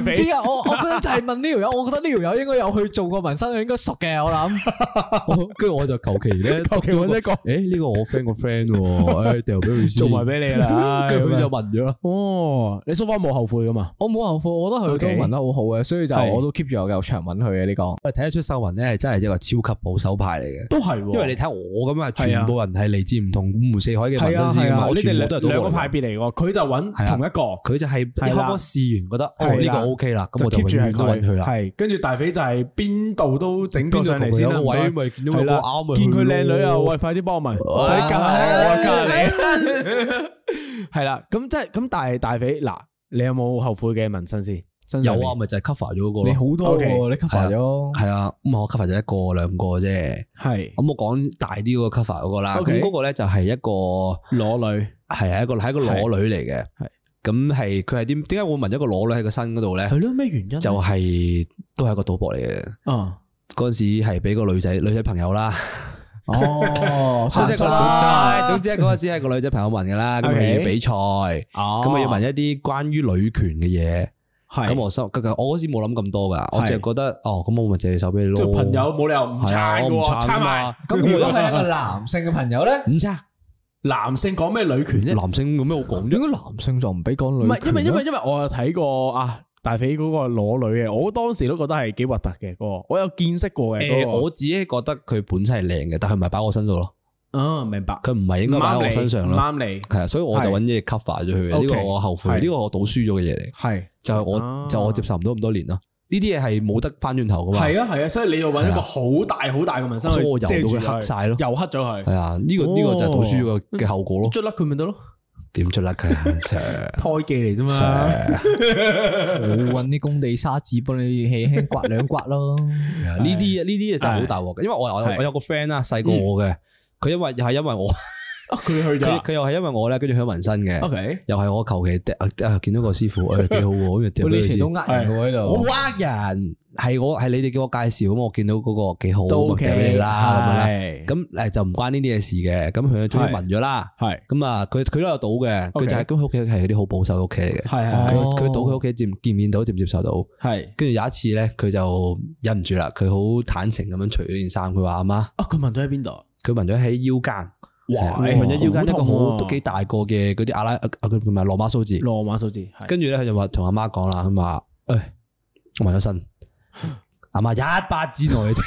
S2: 唔知啊！我我嗰陣就係問呢條友，我覺得呢條友應該有去做過紋身，佢應該熟嘅。我諗
S1: 跟住我就求其咧，
S3: 求其揾一個
S1: 誒呢個我 friend 個 friend 喎，誒掉俾佢先，
S3: 做埋俾你 啦。
S1: 跟住佢
S3: 咁
S1: 就
S3: 樣
S1: 問咗啦。
S3: 哦，你蘇花冇後悔噶嘛？
S2: 我冇後悔，我覺得佢都
S3: OK
S2: 紋得好好嘅，所以就
S3: 係
S2: 我都 keep 住有有長吻佢嘅呢個。
S1: 喂，睇得出秀雲咧係真係一個超級保守派嚟嘅。
S3: 都係喎，
S1: 因為你睇我咁啊，
S3: 係啊
S1: 全部人係嚟自唔同五湖四海嘅紋
S3: 係啊
S1: 身師
S3: 係
S1: 噶嘛，
S3: 啊，
S1: 我
S3: 你哋
S1: 全部
S3: 兩
S1: 都係賭
S3: 兩個
S1: 博
S3: 派
S1: 嚟㗎。
S3: 別嚟喎，佢就揾
S1: 係啊
S3: 同一個。
S1: 佢就係
S3: 係
S1: 一
S3: 啦
S1: 開波試完覺得
S3: 係
S1: 哦
S3: 啦
S1: 呢個 O K 啦，咁我就
S3: keep 住
S1: 永
S3: 係
S1: 遠都揾佢啦。
S3: 係跟住大肥就係邊度都整個
S1: 邊度
S3: 上嚟
S1: 佢
S3: 先
S1: 有
S3: 啦，
S1: 個
S3: 唔該
S1: 位咪見到
S3: 係
S1: 有個
S3: 啦
S1: 啱咪
S3: 見佢
S1: 去
S3: 靚女啊，
S1: 咯
S3: 喂，快啲幫我問，快啲夾下我夾你， 係啦，咁即係咁，但係大肥嗱，你有冇後悔嘅紋身先？身上
S1: 有
S3: 面
S1: 啊，，咪就係 cover 咗嗰個
S2: 你好
S1: 咯。
S2: 多
S3: OK À.
S2: 喎，你 cover 咗。
S1: 係啊，咁我 cover 就一個兩個啫。
S3: 係
S1: 咁我講大啲嗰個 cover 嗰個啦，
S3: OK
S1: 咁嗰個咧就係一個
S3: 裸女，
S1: 係啊一個係一個裸女嚟嘅
S3: 係。
S1: 咁係佢係點？點解會紋一個裸女喺個身嗰度咧？
S3: 係咯，咩原因呢？
S1: 就係都係一個賭博嚟嘅。
S2: Ờ.
S3: 啊，
S1: 嗰陣時係俾個女仔女仔朋友啦，
S3: 哦，
S1: 即係
S3: 純
S1: 個
S3: 粹啦
S2: Ờ.
S1: 總之嗰陣時係個女仔朋友問嘅 啦，咁啊
S3: OK
S1: 佢要比賽，咁
S3: 哦，
S1: 啊要問一啲關於女權嘅嘢，
S3: 係
S1: 咁我心我嗰時冇諗咁多噶，我
S3: 係
S1: 淨係覺得哦，咁我咪借手俾你
S3: 即係
S1: 咯，
S3: 朋友冇理由唔
S1: 係啊
S3: 撐
S1: 我
S3: 嘅
S1: 唔
S3: 喎，
S1: 撐
S3: 撐
S1: 㗎
S3: 埋
S1: 嘛，
S2: 咁如 果佢係一個男性嘅朋友咧，
S1: 唔啊差，
S3: 男性講咩女權啫？
S1: 男性有咩好講啫？
S2: 應該男性就唔俾講
S3: 唔
S2: 女。
S3: 係，因為因為因為我有睇過啊大肥嗰個裸女嘅，我當時都覺得係幾核突嘅嗰個，我有見識過嘅嗰
S1: 誒，
S3: 個。
S1: 我自己覺得佢本身係靚嘅，但係唔係擺我身度咯，
S3: 啊明白，
S1: 佢唔係應該擺
S3: 唔啱
S1: 我
S3: 你
S1: 身上
S3: 唔
S1: 咯，
S3: 啱你，
S1: 係啊，所以我就
S3: 係
S1: 揾嘢 cover 咗佢嘅，呢
S3: OK，
S1: 個我後悔，
S3: 係
S1: 呢個我賭輸咗嘅嘢嚟，
S3: 係
S1: 就係
S3: 啊
S1: 我就我接受唔到咁多年咯，呢啲嘢係冇得翻轉頭噶嘛，
S3: 係啊係啊，所以你要揾一
S1: 係
S3: 個
S1: 啊
S3: 好大好大嘅紋身
S1: 所以
S3: 去
S1: 我
S3: 遮
S1: 游到佢
S3: 住
S1: 黑晒咯
S3: 又黑咗
S1: 係
S3: 佢，
S1: 啊，呢個呢個就係讀書嘅嘅後果 咯。
S3: 捽甩佢咪得咯，
S1: 點出甩佢啊 Sir？
S3: 胎記嚟啫嘛。
S2: 佢揾啲工地沙紙幫你輕輕刮兩刮咯。
S1: 係啊呢啲呢啲就係好大鑊嘅，因為我我
S3: 係
S1: 我有個 friend 啦，細過我嘅，佢因為又係因為我，
S3: 啊佢去
S1: 佢
S3: 咗
S1: 佢又係因為我咧，跟住佢紋身嘅，
S3: ，OK，
S1: 又係我求其掟啊見到個師傅，誒幾好喎，咁就掉
S2: 喂
S1: 俾
S2: 你以
S1: 佢
S2: 前
S1: 先
S2: 都。呃人喎喺
S1: 我
S2: 度。
S1: 呃人，係我係你哋叫我介紹，咁我見到嗰個幾好，
S3: 都
S1: 咁
S3: OK
S1: 就掉俾你啦，咁樣啦。
S3: 係
S1: 咁誒就唔關呢啲嘢事嘅，咁佢終於紋咗啦。
S3: 係
S1: 咁啊，佢佢都有賭嘅，佢
S3: OK
S1: 就係咁佢屋企係啲好保守嘅屋企嚟嘅。佢
S3: 係係
S2: 哦
S1: 佢賭佢屋企接見唔見到接唔接受到？
S3: 係
S1: 跟住有一次咧，佢就忍唔住啦，佢好坦誠咁樣除咗件衫，佢話阿媽，
S3: 啊佢紋咗喺邊度？
S1: 佢紋咗喺腰間，
S3: 哇
S1: 係紋啊咗腰間一個
S3: 好痛
S1: 好
S3: 喎
S1: 都幾大個嘅嗰啲阿拉啊佢唔係羅馬數字，
S3: 羅馬數字係
S1: 跟住咧佢就話同阿媽講啦，佢話誒我紋咗身，阿媽一巴之內嘅啫，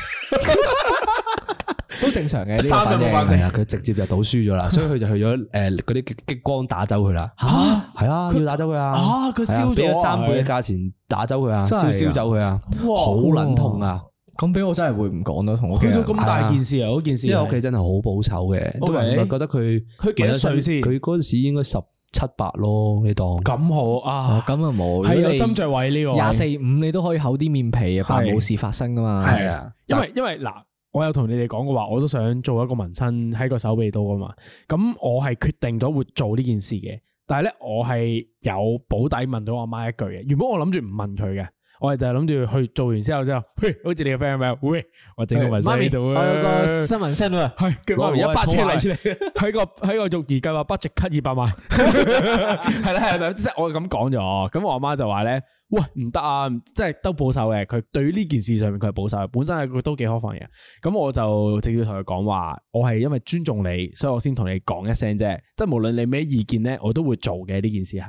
S2: 都正 常嘅，
S3: 三日冇反
S2: 反
S3: 正
S1: 係啊，佢直接就賭輸咗啦，所以佢就去咗誒嗰啲激激光打走佢啦，係啊，要打走佢啊，
S3: 啊佢
S1: 係啊
S3: 燒
S1: 俾
S3: 咗
S1: 咗三倍嘅
S3: 架，
S1: 價錢打走佢啊，
S2: 真係
S1: 燒
S2: 㗎
S1: 燒走佢啊，好撚痛啊！
S2: 咁俾我真係會唔講咯，同屋企
S3: 去到
S2: 人。
S3: 咁大件事啊嗰件事係，
S1: 因為屋企真係好保守嘅，
S3: OK
S1: 都係咪覺得佢
S3: 佢幾多歲先
S1: 佢嗰陣時應該十七八咯，你當
S3: 咁好
S2: 哦
S3: 啊，，
S2: 咁啊冇，
S3: 係有
S2: 如果你
S3: 斟酌位呢個位
S2: 廿四五你都可以厚啲面皮啊，扮
S3: 係
S2: 冇事發生噶嘛。
S1: 係啊，
S3: 因為因為嗱，我有同你哋講過話，我都想做一個紋身喺個手臂度噶嘛。咁我係決定咗會做呢件事嘅，但係咧我係有保底問到我媽一句嘅。原本我諗住唔問佢嘅，我係就係諗住去做完之後之後，喂，好似你嘅 friend 咁樣，喂，我整個紋身喺度
S2: 我
S3: 啊
S2: 有個新聞新喎，
S3: 係，跟住媽咪一巴車嚟出嚟，
S1: 嚟，
S3: 喺個喺個育兒計劃 budget cut 二百萬， 係啦係啦，即係我咁講咗，咁我阿媽就話咧，喂唔得啊，即係都保守嘅，佢對於呢件事上面佢係保守嘅，本身係佢都幾開放嘅，咁我就直接同佢講話，我係因為尊重你，所以我先同你講一聲啫，即係無論你咩意見咧，我都會做嘅呢件事係。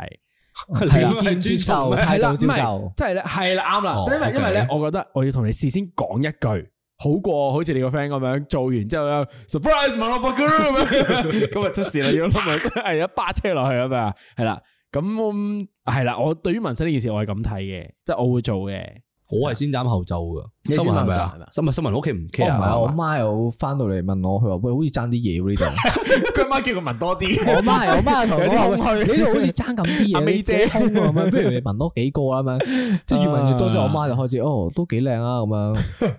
S2: 係啊
S1: 你咪
S2: 接受
S1: 尊重咩
S2: 態
S3: 係啦，
S2: 度
S3: 唔
S2: 接
S3: 係
S2: 受，
S3: 即係咧，係啦，啱啦，
S1: 哦
S3: 即係因為
S1: OK
S3: 因為咧，我覺得我要同你事先講一句，好過好似你個 friend 咁樣做完之後咧，surprise 問我 fuck 咁 樣，咁啊出事啦，要咁咪係一巴車落去咁啊，係啦，咁嗯係啦，我對於紋身呢件事我係咁睇嘅，即係我會做嘅，
S1: 我係先斬後奏噶。
S3: 你先
S1: 新聞係咪
S3: 斬係咪
S1: 啊
S3: 啊？哦
S1: 新聞新聞屋企唔
S2: 哦我唔
S1: care
S2: 係，我
S1: 啊。
S2: 媽又翻到嚟問我，佢話喂，好似爭啲嘢喎呢度。
S3: 佢媽叫佢紋多啲，
S2: 我媽係我媽係 同我
S3: 有啲空
S2: 話：
S3: 虛
S2: 喂你呢度好似爭咁啲嘢，
S3: 阿美姐
S2: 幾空啊咁樣，不如你問多幾個啦咁樣。即係越問越多，之後我媽就開始哦，都幾靚啊咁樣。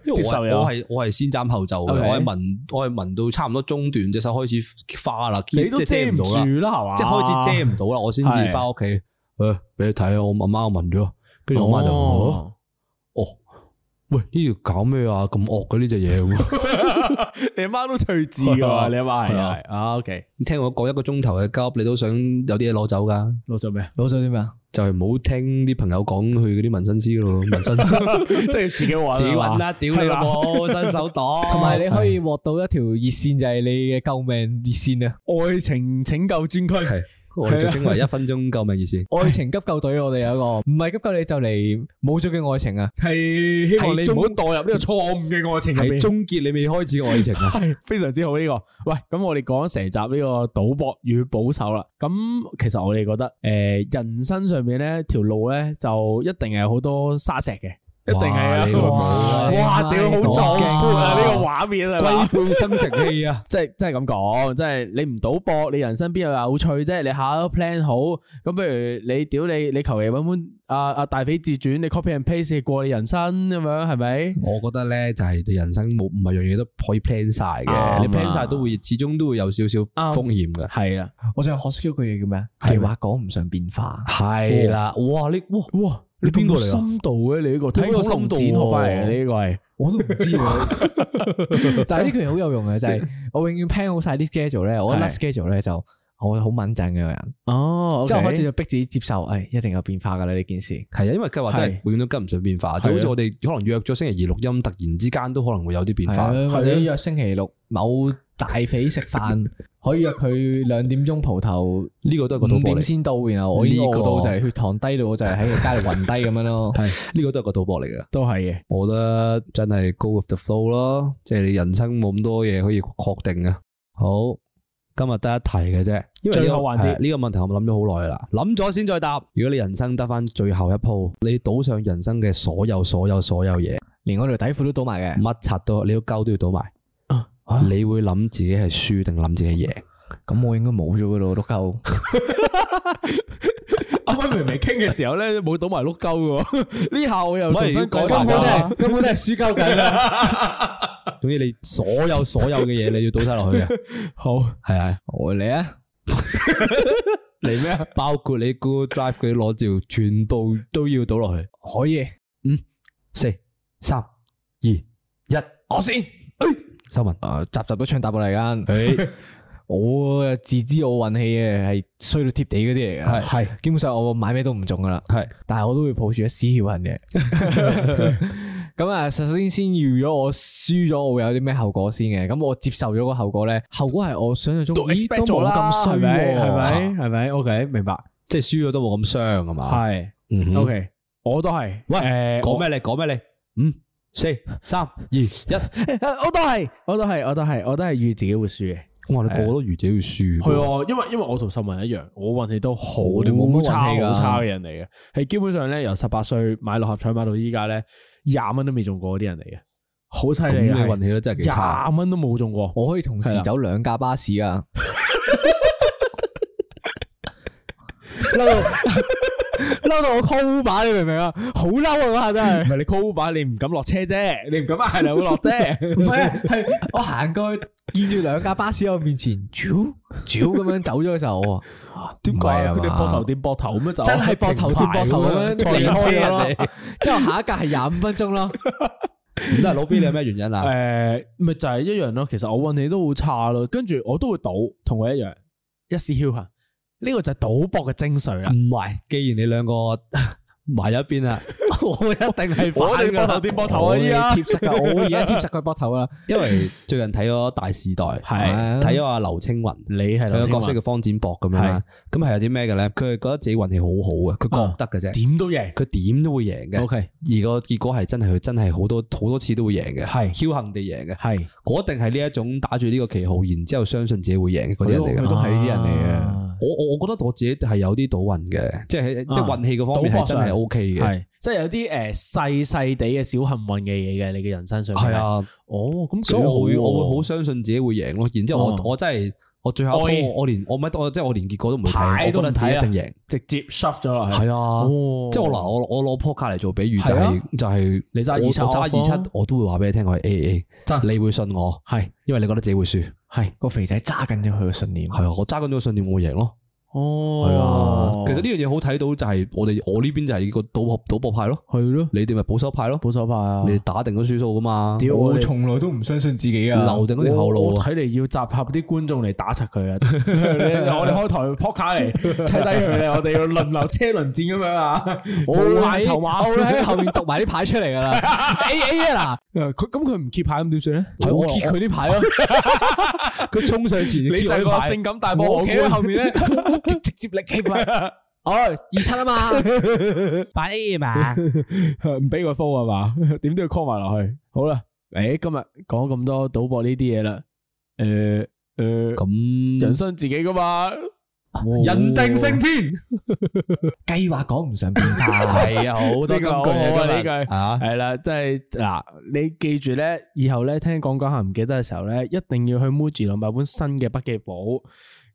S1: 因為
S3: 接
S1: 我
S3: 受啊
S1: 係
S3: 咗
S1: 我係我係先斬後奏嘅，
S2: OK
S1: 我係聞我係聞到差唔多中段隻手開始花啦，
S3: 你都
S1: 即
S3: 遮
S1: 係
S3: 唔
S1: 唔到啦。
S3: 住啦，啊係嘛？哦
S1: 即係開始遮唔到啦，我先至翻屋企，誒俾你睇啊！我阿媽我聞咗，跟住我媽就哦
S3: 哦
S1: 哦，喂呢條搞咩啊？咁惡嘅呢只 嘢，
S3: 你阿媽都趣致㗎 喎，你阿媽係
S1: 係
S3: 啊
S1: 啊
S3: 啊，OK，
S1: 你 聽我講一個鐘頭嘅交，你都想有啲嘢攞走噶，
S3: 攞 咗咩？
S2: 攞咗啲咩啊？
S1: 就係唔好聽啲朋友講去嗰啲紋身師嗰度 紋身，
S3: 即係自己揾啊，
S1: 自己揾啦，屌你
S3: 係啦
S1: 老母，新手啊袋，
S2: 同埋你可以獲到一條熱線，就係你嘅救命熱線啊！
S3: 愛情拯救專區。
S1: 係我哋就稱為一分鐘救命熱線。
S2: 愛情急救隊，我哋 有一個唔係急救你就嚟冇咗嘅愛情啊！
S3: 系希 望你唔好
S1: 係
S3: 代入呢個錯誤嘅愛情入
S1: 係
S3: 面。
S1: 終結你未開始嘅愛情 啊！
S3: 係非常之好呢、個。喂，咁我哋講咗成集呢個賭博與保守啦。咁其實我哋覺得，诶、人生上面咧條路咧就一定係好多沙石嘅，一定
S1: 哇你
S3: 係
S1: 老母
S3: 啊！
S1: 啊
S3: 哇，屌好壯闊啊！呢個畫面啊！
S1: 背生成器啊！
S3: 即係即系咁講，即係你唔賭博，你人生邊有有趣啫？你下一個 plan 好，咁不如你屌你你求其搵本啊啊大匪自傳，你 copy and paste 過你人生咁樣係咪？
S1: 我覺得咧就係你人生冇唔係樣嘢都可以 plan 晒
S3: 啱啊
S1: 嘅，你 plan 晒都會始終都會有少少風險嘅。
S3: 係啦。
S2: 我仲學識咗句嘢叫咩啊？
S3: 係咩
S2: 計劃趕唔上變 化。
S1: 係啦，
S2: 哦
S1: 哇你哇
S3: 哇！
S1: 你邊個嚟啊
S3: 咁深度嘅你呢個，睇
S1: 好有
S3: 個
S1: 深
S3: 深度
S1: 度
S3: 展學翻嚟嘅
S1: 喎
S3: 呢個係。
S2: 我都唔知喎，但係呢句嘢好有用嘅，就 係我永遠 plan 好晒啲 schedule 咧，我一甩
S3: 係
S2: schedule 咧就我會好敏感嘅人，
S3: 哦
S2: 之後開始就逼自己接受，誒一定有變化㗎啦呢件事。
S1: 係啊，因為計劃真係永遠都跟唔上變
S2: 啊
S1: 化，就好似我哋可能約咗星期二錄音，突然之間都可能會有啲變化。
S2: 係啊或者約星期六某大肥食 飯，可以約佢兩點鐘蒲頭，
S1: 呢個都係個
S2: 五
S1: 賭博
S2: 點
S1: 嚟，
S2: 先到，然後我已經
S1: 呢個
S2: 餓到就係血糖低到，我就係喺個街度暈低咁樣咯。
S1: 係呢個都係個賭博嚟嘅。
S3: 都係嘅。
S1: 我覺得真係 go with the flow 咯，即係你人生冇咁多嘢可以確定嘅。好，今日得一題嘅啫，因為呢
S3: 最
S1: 個
S3: 後環節
S1: 係呢個問題我諗咗好耐啦，諗咗先再答。如果你人生得翻最後一鋪，你賭上人生嘅所有所有所有嘢，
S2: 連我條底褲都倒埋嘅，
S1: 乜柒都你要鳩都要賭埋，啊你會諗自己係輸定諗自己贏？
S2: 咁我應該冇咗嗰度 碌鳩。啊
S3: 啱啱明明傾嘅時候咧，冇倒埋碌鳩嘅 喎。呢下我又重新改
S1: 唔係如
S3: 埋
S1: 果講
S3: 啦。
S2: 根本都係輸鳩緊啦。
S1: 總之你所有所有嘅嘢你要賭晒落去嘅，
S3: 好
S1: 係啊，
S2: 我 嚟啊！
S1: 你咩？啊包括你 Google Drive 嗰啲裸照，全部都要賭落去。
S2: 可以，
S1: 四、三、二、一，
S3: 我先。
S1: 收文。
S2: 誒啊集集都唱答我嚟噶。
S1: 誒，
S2: 我啊自知我運氣嘅係衰到貼地嗰啲嚟
S1: 係
S2: 㗎，係基本上我買咩都唔中噶啦。
S1: 係
S2: 但係我都會抱住一絲僥倖嘅。 咁啊，首先先預咗我輸咗，我會有啲咩後果先嘅。咁我接受咗個後果咧，後果係我想象中
S3: 都
S2: 咦
S3: expect 咗
S2: 都冇
S3: 啦，
S2: 咁衰
S3: 係咪？
S2: 喎，
S3: 係咪？係咪？OK，明白。
S1: 即係輸咗都冇咁傷啊嘛。
S3: 係
S1: 啊嗯哼
S3: OK，我都係。
S1: 喂
S3: 誒
S1: 講咩你？講咩你？五、嗯四、三、二、一。
S3: 我都係，我都係，我都係，我都係預自己會輸嘅。
S1: 哇！你個個都預自己會輸
S3: 係
S1: 喎。
S3: 啊，因為因為我同秀文一樣，我運氣都好
S2: 你冇乜運氣
S3: 差
S2: 㗎
S3: 好差嘅人嚟嘅，係基本上咧由十八歲買六合彩買到依家咧，廿蚊都未中過嗰啲人嚟嘅，好犀
S1: 咁
S3: 利
S1: 你
S3: 啊！
S1: 運氣都真係幾差。
S3: 廿蚊都冇中過，
S2: 我可以同時走兩架巴士啊！嬲到 嬲到我 call Uber，你明唔明啊？好嬲啊！嗰下真
S3: 唔
S2: 系，
S3: 係你 call Uber，你唔敢落車啫，你唔敢嗌兩個落啫。
S2: 唔系系我行过去見住兩架巴士喺我面前，啾啾咁樣走咗嘅時候，我話 點解啊？
S3: 佢哋膊頭掂膊頭咁樣走，
S2: 真係膊頭貼膊 頭咁
S3: 平
S2: 樣
S3: 排
S2: 離
S3: 咁樣
S2: 開咗
S3: 你
S2: 咯。之後下一格係廿五分鐘咯，
S1: 唔知係老 B 你有咩原因啊？
S3: 诶，咪就係一樣咯。其實我運氣都好差咯，跟住我都會賭，同佢一樣，一時僥倖。呢個就係賭博嘅精髓啦
S1: 啊唔。係，既然你兩個 埋咗一邊啦， 我一定係
S3: 我哋
S1: 反
S3: 膊
S1: 噶啦。
S3: 頭掂膊頭啊！依家
S2: 貼實㗎，我而家貼實佢膊頭啦。
S1: 因為最近睇咗《大時代》，
S3: 係
S1: 睇咗阿劉青雲，
S3: 你係
S1: 佢個
S3: 劉青
S1: 角
S3: 雲
S1: 色嘅方展博咁樣啦。咁係有啲咩嘅咧？佢係覺得自己運氣好好嘅，佢覺得嘅啫，
S3: 哦點都贏。
S1: 佢點都會贏嘅。
S3: O K，
S1: 而個結果係真係佢真係好多好多次都會贏嘅，
S3: 係
S1: 侥幸地贏嘅。
S3: 係
S1: 我一定係呢一種打住呢個旗號，然之後相信自己會贏嗰啲人嚟
S2: 佢都
S1: 嘅。
S2: 係呢啲人嚟嘅
S3: 啊
S1: 我我我覺得我自己係有啲賭運嘅，即係即係
S3: 啊
S1: 運氣嗰方面
S3: 賭博
S1: 係真
S3: 上
S1: 係 O K 嘅。
S3: 係即係有啲誒細細地嘅小幸運嘅嘢嘅，你嘅人生上面
S1: 係，啊，
S3: 哦，咁
S1: 所以我會
S3: 幾好喎
S1: 我會好相信自己會贏咯。然之後
S3: 哦
S1: 我我真係我最後一
S3: 愛
S1: 波我連我咪我即係我連結果都唔會睇，
S3: 牌
S1: 我覺
S3: 都唔
S1: 得自己
S3: 睇
S1: 一
S3: 啊
S1: 定贏。
S3: 直接 shove 咗落去。
S1: 係啊，
S3: 哦
S1: 即係我嗱我我攞 p o 卡嚟做比喻就
S3: 係啊
S1: 係就係
S3: 你揸
S1: 我
S3: 二七
S1: 我揸
S3: off 啊
S1: 二七，我都會話俾你聽我係 A A，你會信我，
S3: 係
S1: 因為你覺得自己會輸。
S3: 係
S2: 個肥仔揸緊咗佢嘅信念，
S1: 係啊，我揸緊咗個信念，我會贏咯。係啊
S3: 哦，，
S1: 其實呢樣嘢好睇到就係我哋我呢邊就係個賭博賭博派咯，
S3: 係咯，
S1: 你哋咪保守派咯，
S3: 保守派啊，
S1: 你打定咗輸數噶嘛，
S3: 屌我哋
S2: 從來都唔相信自己㗎
S1: 留定嗰條後
S3: 我
S1: 路
S3: 我
S1: 啊。
S3: 睇嚟要集合啲觀眾嚟打柒佢 啦。我哋開台 p o 卡嚟 砌低佢咧，我哋要輪流車輪戰咁樣啊！我限籌 碼，
S2: 我會喺後面讀埋啲牌出嚟噶 啦，A A 啊
S3: 佢咁佢唔揭牌咁點算咧？
S2: 嗱，我揭佢啲牌咯，
S1: 佢衝上前，
S3: 你就係個性感大波，
S2: 我企喺 後面咧，直直接力揭牌，哦，二七啊嘛，
S1: 擺 A 嘛，
S3: 唔俾佢 f 係嘛？點都要 call 埋落去。好啦，誒今日講咁多賭博呢啲嘢啦，誒誒，人
S1: 咁
S3: 生自己噶嘛，
S1: 人定勝
S3: 天。
S2: 計劃講唔上變化，
S1: 係啊，好多
S3: 呢
S1: 金句
S3: 個好啊呢句
S1: 啊，
S3: 系啦，即系嗱，你記住咧，以後咧聽講講下唔記得嘅時候咧，一定要去 Muji 度買本新嘅筆記簿，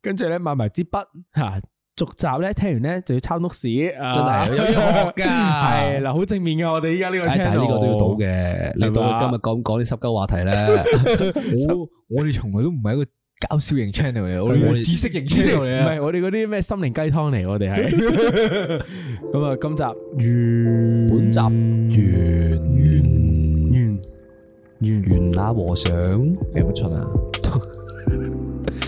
S3: 跟住咧買埋支筆吓。續集咧聽完咧就要抄 notes，啊
S1: 真係有嘢學㗎
S3: 係啦，好正面嘅我哋依家呢個
S1: 唉
S3: channel，
S1: 但係呢個都要賭嘅，你到
S3: 係嘛
S1: 佢今日講講啲濕鳩話題咧，
S2: 我我哋從來都唔係一個搞笑型 channel 嚟，我
S1: 我
S2: 哋
S1: 哋
S2: 知識型
S3: 啊知識
S2: channel
S3: 唔
S2: 嚟啊，
S3: 係我哋嗰啲咩心靈雞湯嚟，我哋係 咁啊。今集完
S1: 本集完
S3: 完完
S1: 完啦和尚，
S2: 你有乜蠢啊？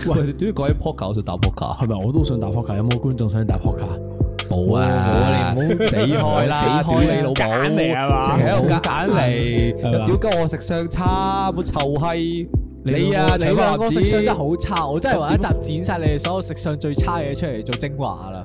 S1: 喂，你點解講起 p o k e 我想打 p o k e
S3: 係咪我都想打撲克？有冇觀眾想打撲克？
S1: 冇啊！你唔好死開啦，
S2: 死
S1: 屌
S2: 開啦
S1: 你老母，
S3: 揀嚟係嘛
S1: 成日喺度揀嚟，
S3: 係嘛
S1: 又屌鳩我食相差，本臭閪！你啊，
S2: 你
S1: 長
S2: 兩個
S1: 毛
S2: 食相真係
S1: 子，
S2: 好差，我真係話一集剪晒你哋所有食相最差嘅嘢出嚟做精華啦。